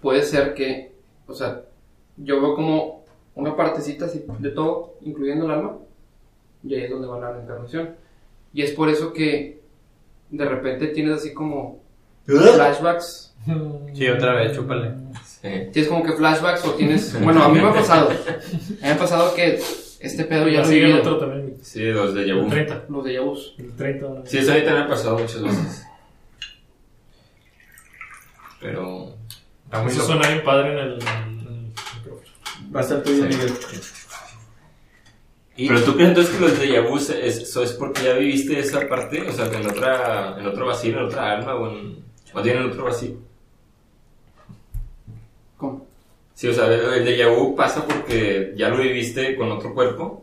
puede ser que, o sea, yo veo como una partecita así de todo, incluyendo el alma, y ahí es donde va la reencarnación. Y es por eso que de repente tienes así como
¿Eh?
flashbacks,
Sí, otra vez, chúpale.
Sí.
tienes como que flashbacks o
[laughs]
tienes, bueno, a mí me ha pasado, me ha pasado que este pedo
Ya
ya lo he
sigue el
vivido,
otro también.
Sí, los de
El
Yahoo.
30.
los de Yabus.
El 30.
Sí, eso a mí también me ha pasado muchas veces. Pero.
Está muy
Eso
loco.
suena bien padre en el. en el micrófono.
Va a ser tuyo,
Sí.
Miguel.
Pero tú crees entonces que los de vu es, eso es porque ya viviste esa parte, o sea, que en, otra, en otro vacío, en otra alma, o en. O bien en otro vacío.
¿Cómo?
Sí, o sea, el el déjà vu pasa porque ya lo viviste con otro cuerpo.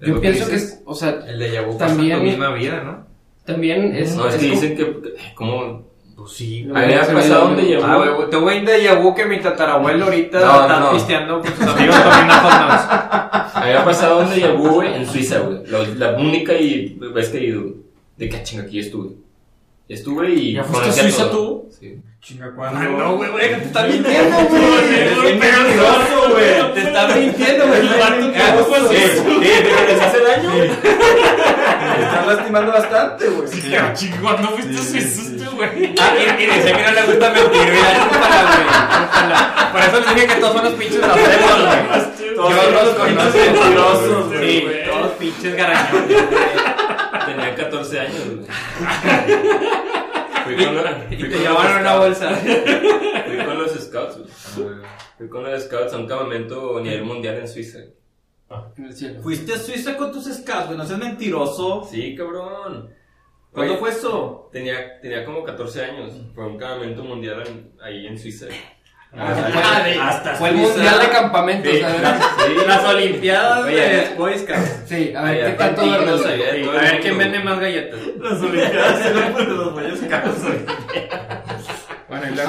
¿Es
Yo
lo
pienso que,
dices?
es, o sea,
El de Yabu
También-
pasa tu misma vida, ¿no?
también es...
No, es,
es
que
como-
dicen que. ¿Cómo?
Pues sí.
A mí me ha
se me
pasado un
olvidó.
déjà vu.
Ah, güey, te voy a déjà vu que mi tatarabuelo ahorita
No,
está
no.
pisteando con sus amigos tomando hot
Había pasado un déjà vu, güey, en Suiza, güey. La, la única y vez que he ido, güey. De que "Ah, chinga, aquí ya estuve. Ya estuve y.
¿Ya fuiste a
conocí
Suiza
todo. Sí.
Chinga,
dogs.
Ah,
¿cuándo?
güey, te está mintiendo, güey.
peligroso, güey.
Te está mintiendo, güey.
Ah, pues,
Sí, sí, pero les hace daño.
Me estás lastimando bastante, güey.
[laughs] Chico, ¿cuándo fuiste a Suiza, güey?
Ah, y, y decía que no le gusta mentir, mira, chúpala, güey, chúpala. Por eso les dije que todos son los pinches raperos, güey. Yo los conozco,
mentirosos,
Sí,
güey.
todos pinches garañones.
Tenía 14 años, güey. Fui con los-
Y
fui
te
con los
llevaron una
scouts.
bolsa.
Fui con los scouts, güey. Fui con los scouts a un campamento a nivel mundial en Suiza.
en el cielo.
Fuiste a Suiza con tus scouts, güey. No seas mentiroso.
Sí, cabrón.
¿Cuándo
Oye,
fue eso?
Tenía, tenía como 14 años. Fue a un campamento mundial en- ahí en Suiza.
Ah, de-
Hasta
Fue el mundial de campamentos,
Sí.
a ver,
Las olimpiadas
Oye,
de Boy Scouts.
sí, a ver,
Allá
¿qué tanto
contigo,
duermes?
allá de
A
todo el
ver
mundo.
quién vende más galletas.
¿eh? [laughs] Las olimpiadas eran por los güeyes scouts, güey.
Bueno, y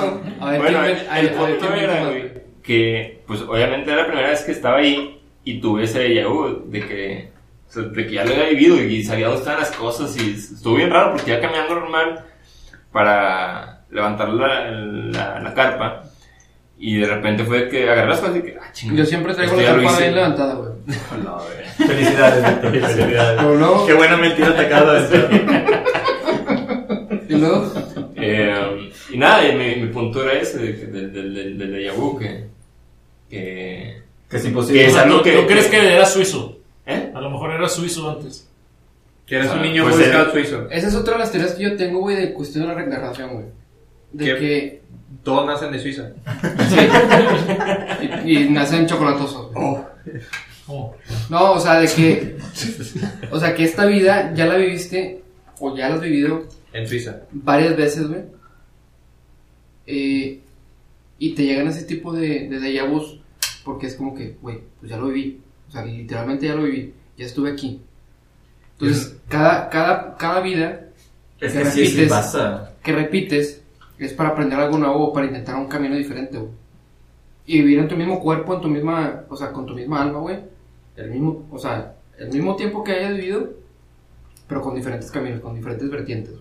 A ver, ¿quién
Bueno, el,
ve-
el
a ver,
punto
¿quién ve
era,
más?
güey, que pues obviamente era la primera vez que estaba ahí y tuve ese déjà vu de que, o sea, de que ya lo había vivido y sabía dónde estaban las cosas y estuvo bien raro porque iba caminando normal para levantar la, la, la carpa y de repente fue que agarré las cosas y que, ah, chingada.
Yo siempre traigo
esto
la
ya lo
carpa
hice.
bien levantada, güey.
No, a ver.
Felicidades, Víctor,
Pero
felicidades.
luego-
Qué buena mentira te acabas de decir.
Y luego,
Eh, y nada, y mi, mi punto era ese de- del del del del déjà vu que, que...
Que es imposible.
Que es algo
¿No,
que-
¿No crees que era suizo?
¿Eh?
A lo mejor era suizo antes.
Que eres un
Ah,
niño
pues
Boy
era-
Scout suizo.
esa es otra de las teorías que yo tengo, güey, de cuestión de la reencarnación, güey. De
¿Qué?
que.
Todos nacen de Suiza.
Y, y nacen chocolatosos. güey.
¿Cómo?
No, o sea, de que. O sea, que esta vida ya la viviste, o ya la has vivido
En Suiza.
varias veces, güey. Eh, y te llegan ese tipo de, de déjà vus, porque es como que, güey, pues ya lo viví. O sea, literalmente ya lo viví, ya estuve aquí. Entonces, cada, cada, cada vida
Es
que
que sí, sí
repites.
pasa.
que repites es para aprender algo nuevo o para intentar un camino diferente, güey. Y vivir en tu mismo cuerpo, en tu misma, o sea, con tu misma alma, güey, El mismo, o sea, el mismo tiempo que hayas vivido, pero con diferentes caminos, con diferentes vertientes.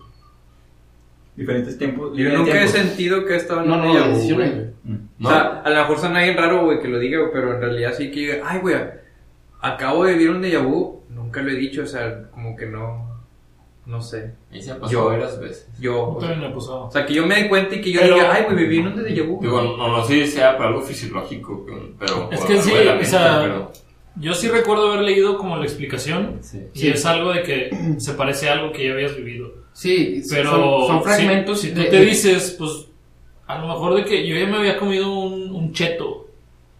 Diferentes tiempos.
Yo
diferentes
nunca he
tiempos.
sentido que he estado en
No, no,
una
no,
déjà vu,
decisiones,
güey.
güey.
¿No?
O sea, a lo mejor suena bien raro, güey, que lo diga, güey, pero en realidad sí que diga, ay, güey, acabo de vivir un déjà vu, nunca lo he dicho, o sea, como que no, no sé,
Y se ha pasado
Yo-
varias veces.
yo,
No
o sea,
también me ha pasado.
o sea, que yo me dé cuenta y que yo
Pero-
diga, ay, güey, viví en un déjà vu.
Digo, no, no sé si sea para algo fisiológico, pero...
Es
o
que
algo
sí,
de la
o
mente,
sea,
pero-
Yo sí recuerdo haber leído como la explicación
sí.
y es algo de que se parece a algo que ya habías vivido.
Sí,
Pero
son, son
si-
fragmentos.
Si,
de-
tú te
de-
dices, pues a lo mejor de que yo ya me había comido un, un cheto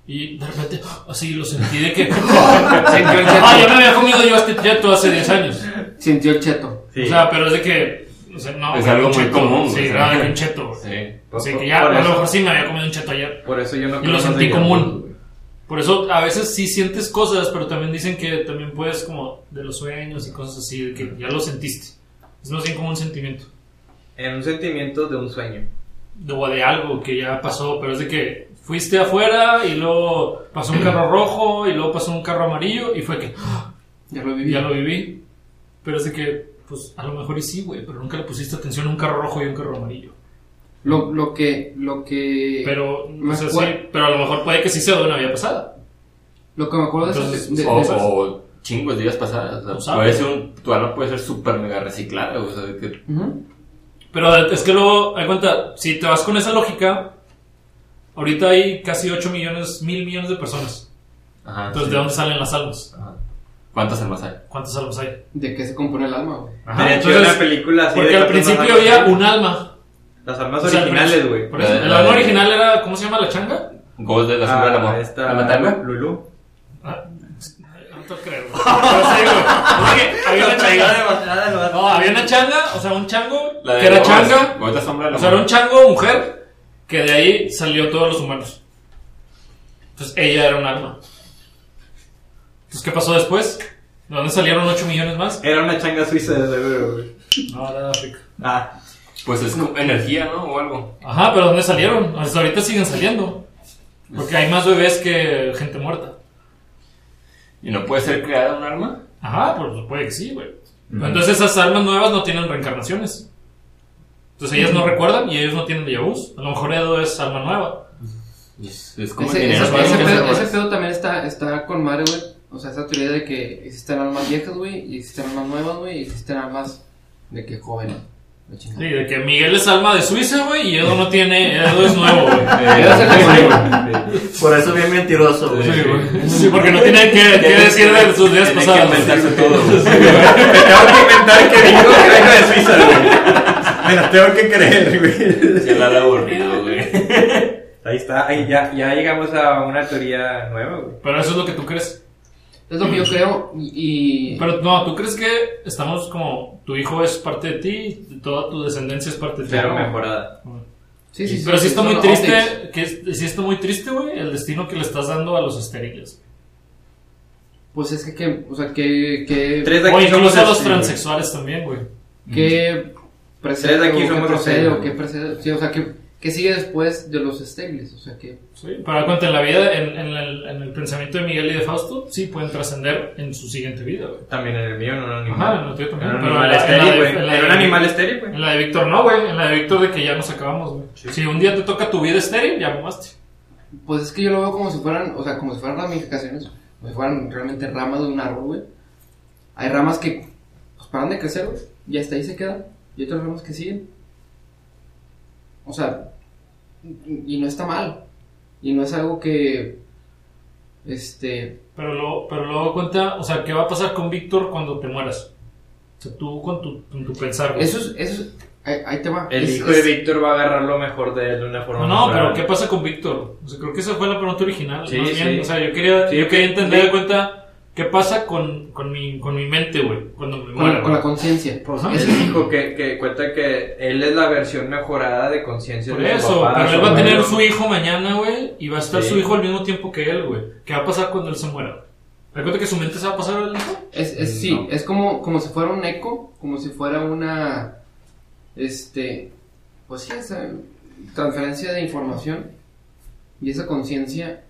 y de repente [gasps] así lo sentí de que. [laughs]
Sintió el
ah, ya
cheto.
me había comido yo este cheto hace 10 años.
Sintió el cheto.
Sí.
O sea, pero es de que. O sea, no,
Es
güey,
algo
un
muy
cheto.
común,
Sí,
o sea.
nada, era un cheto. güey.
Sí.
Así que ya,
por,
a lo
eso,
mejor sí me había comido un cheto ayer.
por eso yo no
Yo
creo
lo
en
sentí
déjà
común.
vu,
Por eso a veces sí sientes cosas, pero también dicen que también puedes como de los sueños y cosas así, de que ya lo sentiste. Es más bien como un sentimiento.
En un sentimiento de un sueño.
de- o de algo que ya pasó, pero es de que fuiste afuera y luego pasó un carro rojo y luego pasó un carro amarillo y fue que ¡ah!
Ya lo viví.
ya lo viví. Pero es de que, pues a lo mejor y sí, güey, pero nunca le pusiste atención a un carro rojo y un carro amarillo.
Lo, lo que, lo que,
Pero, o
Me
sea, sí,
acuer-
pero a lo mejor puede que sí sea de una vida pasada.
lo que me acuerdo de,
Entonces, oh,
de- de-
o,
de esas-
o chingos días pasadas. o sea,
No sabes.
puede ser un, tu alma puede ser súper mega reciclada. O sea, de que
oh.
Ujú.
Pero es que luego, hay cuenta, si te vas con esa lógica, ahorita hay casi 8 millones, mil millones de personas.
Ajá,
Entonces,
sí.
¿de dónde salen las almas?
Ajá. ¿Cuántas almas hay?
¿Cuántas almas hay?
¿De qué se compone el alma, güey?
Ajá, de hecho,
entonces,
una película así
Porque
de
al
cuántas
principio
almas
había
hay.
un alma,
Las armas
O sea,
originales,
pero-
güey.
por eso,
La-
el
la-
alma original era, ¿cómo se llama la changa?
Ghost de la sombra del amor.
Ah, esta-
¿La matarga?
Lulú.
Ah, no te creo. güey. No sé, güey. Es que había
[laughs]
una changa. No, había una changa, o sea, un chango
La de
que era
Ghost,
changa.
Ghost de la sombra del
O
amor.
sea, era un chango mujer que de ahí salió todos los humanos. Entonces ella era un alma. Entonces, ¿qué pasó después? ¿De dónde salieron 8 millones más?
Era una changa suiza, de seguro, güey.
No, era de África.
Ah,
Pues es como energía, ¿no? O algo.
Ajá, pero ¿dónde salieron? Hasta ahorita siguen saliendo. Porque hay más bebés que gente muerta.
¿Y no puede ser creada un alma?
Ajá, pues puede que sí, güey. Pero Entonces esas almas nuevas no tienen reencarnaciones. Entonces ellas no recuerdan y ellos no tienen déjà vus. A lo mejor Edo es alma nueva.
Es, es como el
Ese,
dinero.
ese-
¿no?
ese
Que
pedo,
se-
ese pedo también está, está con madre, güey. O sea, esa teoría de que existen almas viejas, güey, y existen almas nuevas, güey, y existen almas de que jóvenes. La
Sí,
chingada.
de que Miguel es alma de Suiza, güey, y Edo no tiene. Edo es nuevo, [laughs] güey.
Pero es el que-
Por eso bien mentiroso, güey.
Sí, güey. Sí, porque no tiene que, que decir de sus días
Tiene
pasados.
que inventarse todo.
Me tengo que inventar que digo que vengo de Suiza,
[laughs]
güey. Me la tengo que creer, güey.
Se la
[laughs]
ha aburrido, güey.
Eh.
Ahí está, ahí ya, ya llegamos a una teoría nueva, güey.
Pero eso es lo que tú crees.
Es lo que yo creo, y, y-
Pero no, tú crees que estamos como. Tu hijo es parte de ti, y toda tu descendencia es parte de ti.
Pero mejorada.
sí, sí, sí,
Pero sí está
son
muy triste,
updates.
que es- sí está muy triste, güey, el destino que le estás dando a los estériles.
Pues es que, que o sea, que, que,
Tres de
O
aquí
incluso a
somos
los
así,
transexuales también, güey.
que precede,
Tres de aquí
o que
somos
procede,
los
o que precede, sí, o sea, que, que sigue después de los estériles, o sea, que,
Sí, pero cuenta en la vida, en, en el, en el pensamiento de Miguel y de Fausto, sí pueden trascender en su siguiente vida, güey.
güey. También en el mío, en un animal.
Ajá, en la tuya también.
Era un
pero
animal
en la- en la
estéril,
de-
güey.
en la de-
Era un animal estéril, güey.
En la de Víctor no, güey. En la de Víctor de que ya nos acabamos, güey. Si un día te toca tu vida estéril, ya mamaste.
pues es que yo lo veo como si fueran, o sea, como si fueran ramificaciones, como si fueran realmente ramas de un árbol, güey. Hay ramas que, pues, paran de crecer, güey, y hasta ahí se quedan, y otras ramas que siguen. O sea, y, y no está mal, y no es algo que, este,
Pero luego, pero luego cuenta, o sea, ¿qué va a pasar con Víctor cuando te mueras? O sea, tú con tu, con tu pensar, güey.
eso es, eso es, ahí, ahí te va.
El
Es-
hijo de
es-
Víctor va a agarrar lo mejor de él de una
No,
forma
no, pero
natural.
¿qué pasa con Víctor? O sea, creo que esa fue la pregunta original.
Sí,
más bien.
sí.
O sea, yo quería,
Sí,
yo quería
sí.
entender de cuenta qué pasa con, con, mi, con mi mente, güey, cuando me
con,
muera.
la- con la
güey.
conciencia.
Pues,
Ese
ajá.
es-
Él dijo que, que cuenta que él es la versión mejorada de conciencia
Por
de su
eso,
papá,
pero
su
él va a tener
abuelo.
su hijo mañana, güey, y va a estar
Sí.
su hijo al mismo tiempo que él, güey. ¿Qué va a pasar cuando él se muera? Recuerda que su mente se va a pasar al hijo.
Es,
Mm,
es- sí,
No.
es como, como si fuera un eco, como si fuera una, este, pues sí, esa transferencia de información y esa conciencia,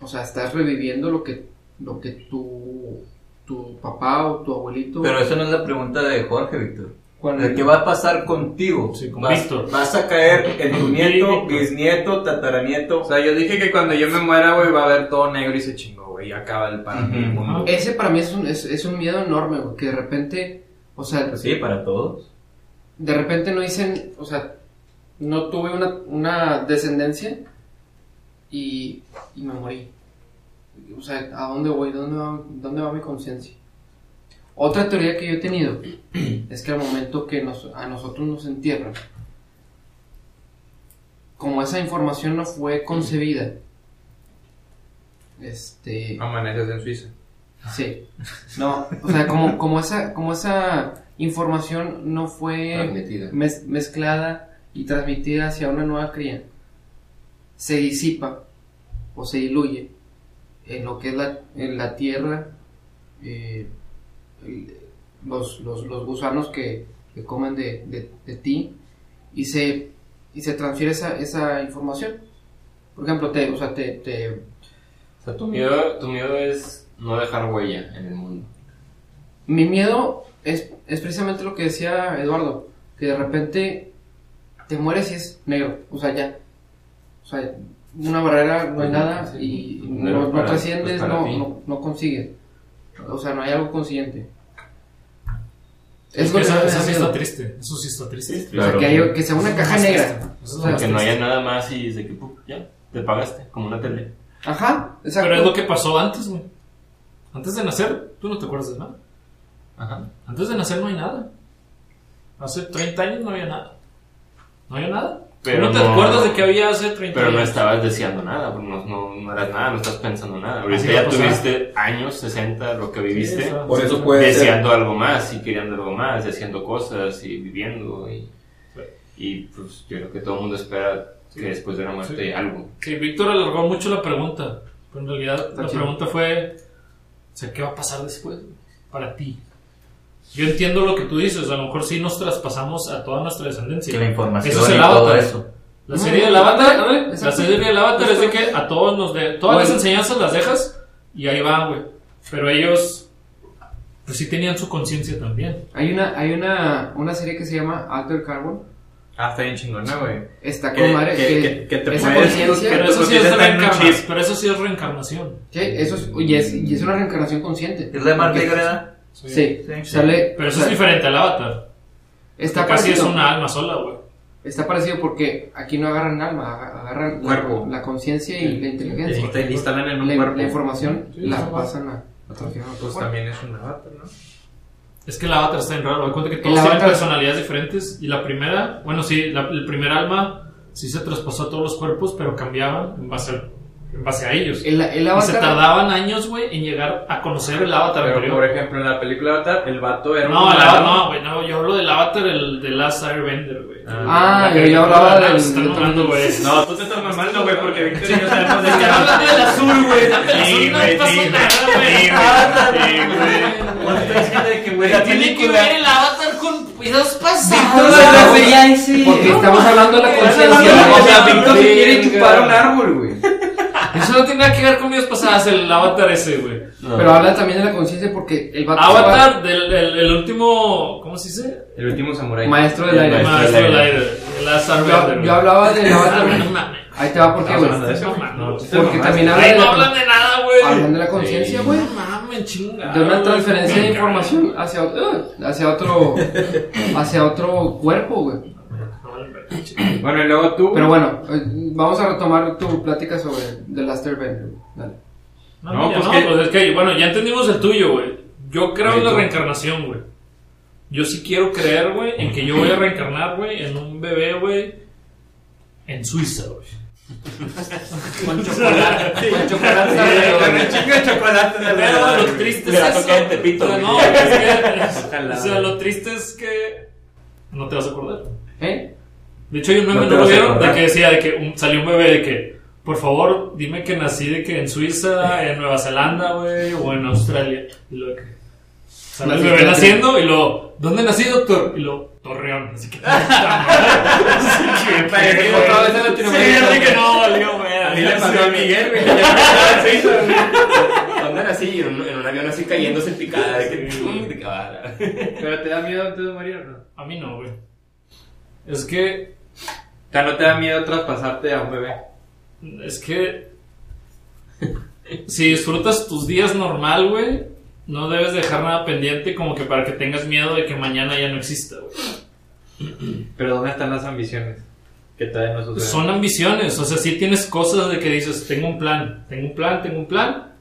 o sea, estás reviviendo lo que lo que tu, tu papá o tu abuelito.
Pero esa no es la pregunta de Jorge, Víctor.
cuando-
¿De qué va a pasar contigo?
Sí, con
vas,
Víctor.
vas a caer en tu
Sí,
nieto,
Víctor.
bisnieto, tataranieto.
O sea, yo dije que cuando yo me muera, güey, va a haber todo negro y se chingó, güey. Y acaba el para mí el
Ujú.
mundo.
Ese para mí es un, es, es un miedo enorme, güey, que de repente, o sea,
Pues sí, para todos.
de repente no dicen, o sea, no tuve una, una descendencia y, y me morí. O sea, ¿a dónde voy? ¿Dónde va, dónde va mi conciencia? Otra teoría que yo he tenido es que al momento que nos, a nosotros nos entierran, como esa información no fue concebida, este...
Amaneces en Suiza.
Sí. No, o sea, como, como, esa, como esa información no fue
Transmitida.
mez- mezclada y transmitida hacia una nueva cría, se disipa o se diluye en lo que es la, en la tierra, eh, el- los, los, los gusanos que, que comen de, de- de ti y se, y se transfiere esa, esa información. Por ejemplo, te, o sea, te, te
O sea, tu miedo, tu miedo es no dejar huella en el mundo.
Mi miedo es, es precisamente lo que decía Eduardo, que de repente te mueres y es negro, o sea, ya. O sea, una barrera, no hay nada y
Sí,
pues,
no,
pero
no
para-
trasciendes,
pues para
no,
ti.
no, no consigues. O sea, no hay algo consciente.
Es
Es lo que me
esa,
da
esa sí
miedo.
está triste. Eso sí está triste.
Sí,
O sea,
claro.
que, hay- que sea una
Eso
caja
es lo más
negra.
triste. Eso es lo
O sea,
más
que no
triste.
haya nada más y es de que pum, ya, te pagaste, como una tele.
Ajá, exacto.
Pero es lo que pasó antes, güey. Antes de nacer, tú no te acuerdas de nada.
Ajá.
Antes de nacer no hay nada. Hace 30 años no había nada. No había nada.
Pero
Pero no te
no-
acuerdas de que había hace 30
Pero no
años.
estabas deseando nada, porque no, no, no eras nada, no estás pensando nada. Ahorita
Así va a
ya
pasar.
tuviste años, 60, lo que viviste,
Sí, o sea,
Por eso
sí,
puede ser.
deseando algo más y queriendo algo más, y haciendo cosas y viviendo. Y, y, pues yo creo que todo el mundo espera que después de la muerte
Sí.
algo.
Sí, Víctor alargó mucho la pregunta. Pero en realidad la
chido.
pregunta fue: o sea, ¿qué va a pasar después güey? para ti? Yo entiendo lo que tú dices. A lo mejor sí nos traspasamos a toda nuestra descendencia.
Que la información
Eso es el
y todo
avatar.
eso.
La serie del Avatar, güey, la
Exacto.
serie del Avatar es de que a todos nos de todas
Bueno.
las enseñanzas las dejas y ahí van, güey. Pero ellos pues sí tenían su conciencia también.
Hay una, hay una, una serie que se llama Alter Carbon.
Ah, está bien chingona, güey.
Está
Que-
con madre.
que-
Que,
que- que te
esa
puedes-
conciencia-
Pero
tu
eso sí es
conciencia está en un
reencarnación.
chip.
Pero eso sí es reencarnación.
Sí, eso es, y, es, y es una reencarnación consciente.
Es la de Mark
Porque-
Negra.
Sí,
Sí.
sale.
Pero eso
o sea,
es diferente al Avatar.
Está
que casi es
parecido,
una alma sola, güey.
está parecido porque aquí no agarran alma, aga- agarran la-
Cuerpo.
la, conciencia y la inteligencia.
Y te instalan en un
La,
cuerpo.
la información
Sí,
la
eso va.
pasan a, a transferir a otro
Pues
cuerpo.
también es un avatar, ¿no?
Es que el Avatar está en raro. Me cuenta que
El
todos tienen
Avatar-
personalidades diferentes y la primera, bueno, sí, la- el primer alma sí se traspasó a todos los cuerpos, pero cambiaban en base a, en base a ellos.
El, el
Y se
avatar.
tardaban años, güey, en llegar a conocer el avatar
Pero, por
anterior.
ejemplo, en la película Avatar, el vato era
No,
un
el
humano.
avatar, no, güey, no, yo hablo del avatar, el de Last Airbender, güey. La
Ah, yo
caricatura,
ya hablaba
no,
del.
se están
del-
mamando, güey.
No, tú te estás mamando, güey, porque
[laughs]
Víctor y yo sabemos de
Están hablando del azul, güey.
Sí,
El azul no
güey,
pasó
sí,
nada, güey. [laughs]
Bueno, estoy diciendo de que, güey, la
Tiene que
película-
ver el avatar con vidas
Ah,
pasadas.
güey, ya ese.
Porque estamos hablando de la conciencia.
O sea,
Sí,
Víctor se quiere
Venga.
chupar un árbol, güey.
Eso no tiene nada que ver con vidas pasadas, el avatar ese, güey.
No.
Pero habla también de la conciencia porque el vato
Avatar del el, el último, ¿cómo se dice?
El último samurái.
maestro del
Este, El
aire.
maestro.
Maestro del aire, Last Airbender.
Yo,
güey.
yo hablaba del
Ah,
avatar.
güey, no mames.
Ahí te va porque,
Estamos
güey.
hablando de eso, güey.
No,
No,
no,
tú te
Porque
mamaste.
también habla
Ahí
de
no
la-
hablan de nada, güey.
hablando de la conciencia, güey.
No mames, chinga.
de una transferencia de información hacia, ¡Ugh! hacia otro hacia otro cuerpo, güey.
Bueno, y luego tú.
Pero bueno, eh, vamos a retomar tu plática sobre The Last Airbender. güey. Dale.
No,
No,
ya
pues
no,
que-
pues es que, bueno, ya entendimos el tuyo, güey. Yo creo en la
tú.
reencarnación, güey. Yo sí quiero creer, güey, en que yo voy a reencarnar, güey, en un bebé, güey, en Suiza, güey.
Con chocolate, con chocolate.
Con chingo de chocolate de
Pero
verdad,
lo
güey.
triste
Le
es
va a
eso.
tocar en Tepito,
O sea,
güey.
no, es que,
Ojalá,
o sea,
güey.
lo triste es que no te vas a acordar.
¿Eh?
De hecho, hay un meme,
No
¿no,
te
lo
vas a
vieron? De
acordar.
que decía de que un- salió un bebé de que, por favor, dime que nací de que en Suiza, en Nueva Zelanda, güey, o en Australia. Y lo de que. Sale el
Nací
bebé
en
naciendo y lo. ¿Dónde nací, doctor? Y lo. Torreón. Así que. [laughs] Otra
parece otra vez
en Latinoamérica,
Sí, ya sé
güey.
que no, valió, güey. [laughs]
A mí le pasó a Miguel, güey. que ya me estaba en Suiza, güey. ¿Dónde
estar así en un, en un avión así cayéndose en picada. De que, ¡pum! de que, ah,
¿Pero te da miedo antes de morir o no?
A mí no, güey. Es que.
O sea, ¿no te da miedo traspasarte a un bebé?
Es que. Si disfrutas tus días normal, güey, no debes dejar nada pendiente como que para que tengas miedo de que mañana ya no exista, güey.
¿Pero dónde están las ambiciones? Que todavía no suceden.
Son ambiciones, o sea, sí tienes cosas de que dices, tengo un plan, tengo un plan, tengo un plan,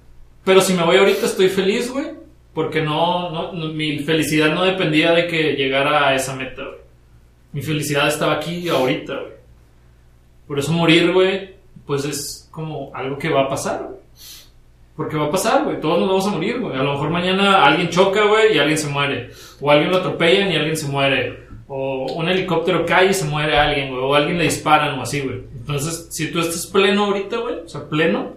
pero si me voy ahorita estoy feliz, güey, porque no, no, no- mi felicidad no dependía de que llegara a esa meta, güey. Mi felicidad estaba aquí ahorita, güey. Por eso morir, güey, pues es como algo que va a pasar, güey. Porque va a pasar, güey, todos nos vamos a morir, güey. A lo mejor mañana alguien choca, güey, y alguien se muere. O alguien lo atropellan y alguien se muere. O un helicóptero cae y se muere alguien, güey. O alguien le disparan o así, güey. Entonces, si tú estás pleno ahorita, güey, o sea, pleno,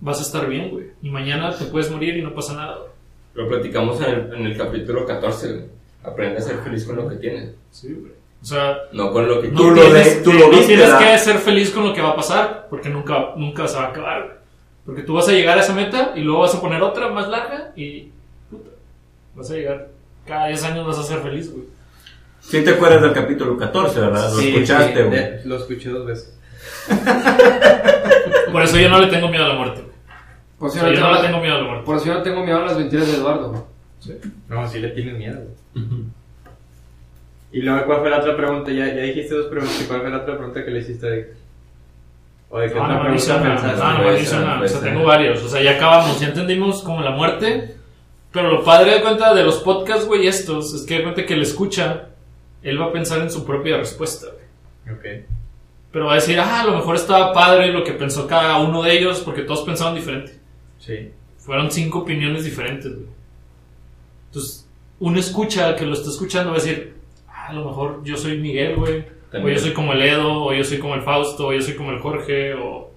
vas a estar bien, güey. Y mañana te puedes morir y no pasa nada, güey.
Lo platicamos en el, en el capítulo 14. güey. Aprende a ser feliz con lo que tienes.
Sí, güey. O sea,
No con lo que
no
Tú lo
tienes,
ves, tú lo
no
viste,
tienes
¿verdad?
que ser feliz con lo que va a pasar, porque nunca, nunca se va a acabar, güey. Porque tú vas a llegar a esa meta y luego vas a poner otra más larga y puta, vas a llegar. Cada 10 años vas a ser feliz, güey.
Sí te acuerdas del capítulo 14, ¿verdad? Lo escuchaste,
sí,
güey.
de- Lo escuché dos veces.
Por eso yo no le tengo miedo a la muerte. güey.
Por si
O sea, yo no le
no
tengo
tengo-
miedo a la muerte.
por si no tengo miedo a las mentiras de Eduardo. güey.
No, sí le tienes miedo. y luego, ¿cuál fue la otra pregunta? Ya, ya dijiste dos preguntas. ¿Y cuál fue la otra pregunta que le hiciste a Dick? ¿O de qué
Ah, No, no
otra
me
pregunta
hizo nada, Ah,
pensaste?
no, no me
Puede
hizo
ser,
nada. O
pues,
puede
sea,
ser.
eh.
tengo varios. O sea, ya acabamos, ya entendimos como la muerte. Pero lo padre de cuenta de los podcasts, güey, estos, es que de cuenta que el escucha, él va a pensar en su propia respuesta, güey.
Ok.
Pero va a decir, ah, a lo mejor estaba padre lo que pensó cada uno de ellos, porque todos pensaban diferente.
Sí.
Fueron cinco opiniones diferentes, güey. Entonces, uno escucha, que lo está escuchando, va a decir, ah, a lo mejor yo soy Miguel, güey. O
También.
yo soy como el Edo, o yo soy como el Fausto, o yo soy como el Jorge, o,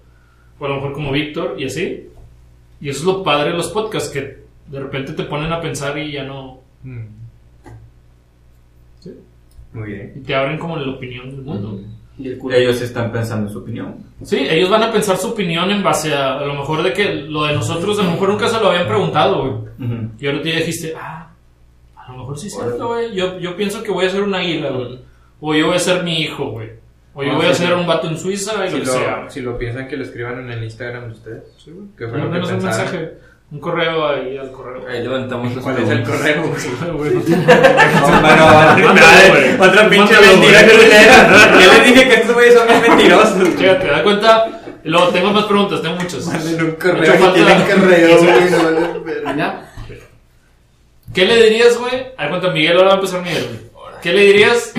o a lo mejor como Víctor, y así. Y eso es lo padre de los podcasts, que de repente te ponen a pensar y ya no...
Mm. Muy bien.
y te abren como la opinión del mundo. güey.
Y el culo.
Ellos están pensando en su opinión.
Sí, ellos van a pensar su opinión en base a a lo mejor de que lo de nosotros a lo mejor nunca se lo habían preguntado, güey.
Ujú.
Y ahora te dijiste, ah, a lo mejor sí es cierto, güey. Yo, yo pienso que voy a ser un águila, güey. O yo voy a ser mi hijo, güey. O yo
Ah,
voy a
sí,
ser
sí.
un vato en Suiza y
Si
lo que sea.
lo, si lo piensan, que lo escriban en el Instagram de ustedes.
Sí, güey.
¿Qué fue lo que Eh.
Mándanos un
[laughs] pensaron?
mensaje, un correo ahí al correo.
Ahí levantamos las
¿Cuál es el
preguntas.
correo? güey?
[laughs] Sí, güey, no
[laughs]
tengo-
[laughs]
Mándalo, güey.
Otra pinche mentira
culera. Yo les dije que estos güeyes son bien mentirosos.
Chécate, ¿te das cuenta? Y Luego tengo más preguntas, tengo muchas.
Manden un
Me hizo
correo.
falta-
Ya.
¿Qué le dirías, güey? A ver, cuenta Miguel, ahora va a empezar Miguel. güey. ¿Qué le dirías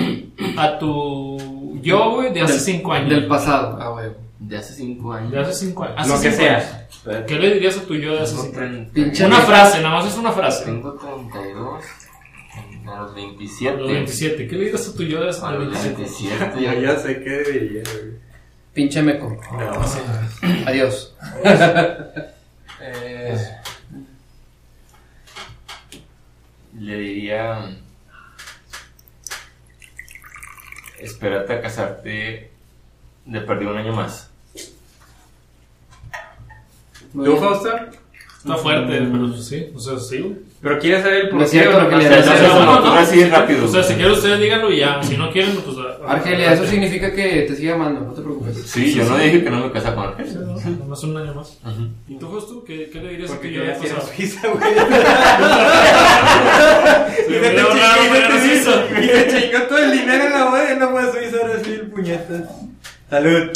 a tu yo, güey, de hace
Del-
cinco años?
Del pasado. Ah, güey.
De hace 5
De
años.
hace cinco años. Hace
Lo que
cinco
sea.
años. ¿Qué le dirías a tu yo de hace cinco años?
Tengo
Pinche.
Una frase, nada más es una frase.
32. A los
A
27.
los 27. ¿Qué le dirías a tu yo de hace
A los
27?
27.
Yo ya sé qué diría, güey.
Pinche meco.
No.
Adiós.
Eh, le diría. Espérate a casarte de perder un año más.
Muy
¿Tú,
bien.
Fausto?
Está fuerte, pero sí. O sea, sí, güey.
Pero quieres saber el
No es cierto
o
lo que
no?
le
O sea,
das.
no sé,
no,
no,
no, tú así es rápido.
O sea, si quieren ustedes díganlo y ya. Si no quieren, pues... a- a-
Argelia, eso significa que te sigue amando, no te preocupes.
Sí, yo no dije que no me casa con Argel.
Sí, ¿no? Nada más un año más.
Ujú.
¿Y tú, Justo? ¿Qué, qué le dirías a
Porque
tu yo de
quería hacer
pasado?
Suiza, güey.
Sí,
Y
me
se
hubiera ahorrado, me hubiera hizo.
chingó- y se chingó todo el dinero en la boda y no fue a Suiza, ahora sí, el puñetas. Salud.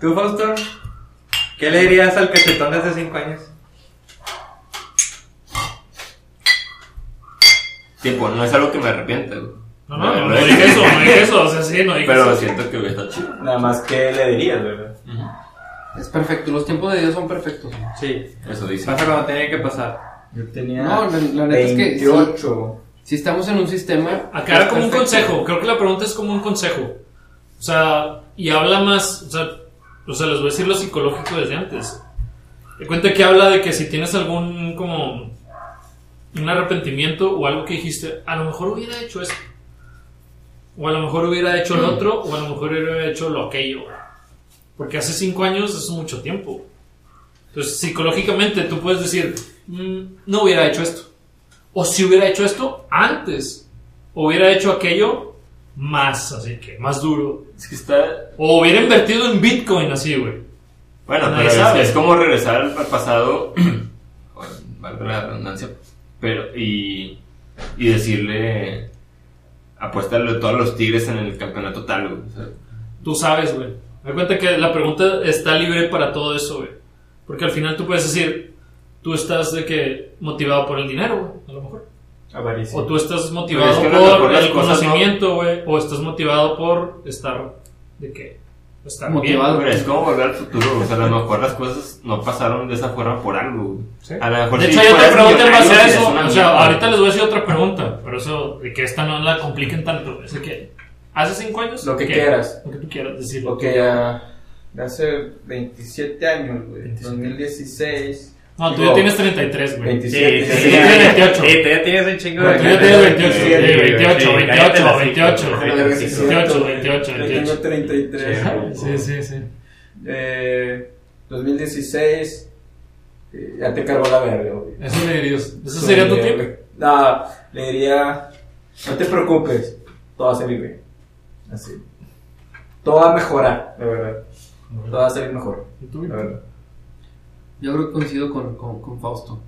¿Tú, Fausto? ¿Qué le dirías al cachetón de hace 5 años?
Tiempo, no es algo que me arrepienta. güey.
No, no, no,
[laughs]
dije eso, no dije eso, o sea, sí, no dije
Pero
eso.
siento que está chido.
Nada más que le dirías, ¿verdad?
Es perfecto, los tiempos de Dios son perfectos.
Sí.
Eso dice.
Pasa cuando tenía que pasar.
Yo tenía
No, la- la neta es que-
28.
Si estamos en un sistema.
Acá era como un
perfecto.
consejo, creo que la pregunta es como un consejo. O sea, y habla más, o sea, o sea, les voy a decir lo psicológico desde antes. Te cuenta que habla de que si tienes algún como un arrepentimiento o algo que dijiste, a lo mejor hubiera hecho esto. O a lo mejor hubiera hecho lo otro, o a lo mejor hubiera hecho lo aquello. Porque hace cinco años es mucho tiempo. Entonces, psicológicamente tú puedes decir, "Mm, no hubiera hecho esto. O si hubiera hecho esto antes. O hubiera hecho aquello más, así que más duro.
Es que está.
O hubiera invertido en Bitcoin, así, güey.
Bueno,
Nadie
pero es-
sabe.
es, como regresar al al pasado, [clears throat] valga la redundancia, pero y, y decirle apuéstale a todos los tigres en el campeonato tal, güey. O sea,
Tú sabes, güey. Me doy cuenta que la pregunta está libre para todo eso, güey. Porque al final tú puedes decir, tú estás de que motivado por el dinero, güey, a lo mejor.
Avaricia.
O tú estás motivado
Ah, Pero es que no te
por
acuerdas
el
cosas, ¿no?
conocimiento, güey. O estás motivado por estar de que estar
Motivado.
pero es como volver al futuro, güey. o sea, a lo mejor las cosas no pasaron de esa forma por algo. güey. A lo mejor
bien. De hecho,
si
hay otra
fueras
pregunta en base a
millonario,
eso.
serías una
O sea,
mierda.
ahorita les voy a decir otra pregunta. Pero eso, de que esta no la compliquen tanto. Es de que hace cinco años.
Lo que quieras.
Lo que tú quieras decir.
Ok, ya. de Hace 27 años, güey. 2016.
No, tú
Digo,
ya tienes 33, güey.
27.
sí, sí. tienes 28.
Sí, tú ya tienes un chingo de.
Tú ya tienes 28,
Sí,
sí, 28,
sí,
28,
cállate la cinco.
28.
Sí,
Pero
sí,
es
sí.
cierto,
28,
güey.
28,
Yo tengo 33.
Sí,
Sí,
güey.
sí, sí.
Eh, 2016. eh, Ya te cargó la verga, güey.
Eso le dirías. Eso sería tu
Eh,
tiempo.
No, le diría, no te preocupes, todo va a salir bien. Así. Todo va a mejorar, de verdad. Todo va a salir mejor,
¿Y tú?
la verdad.
Yo creo que coincido con, con, con Fausto.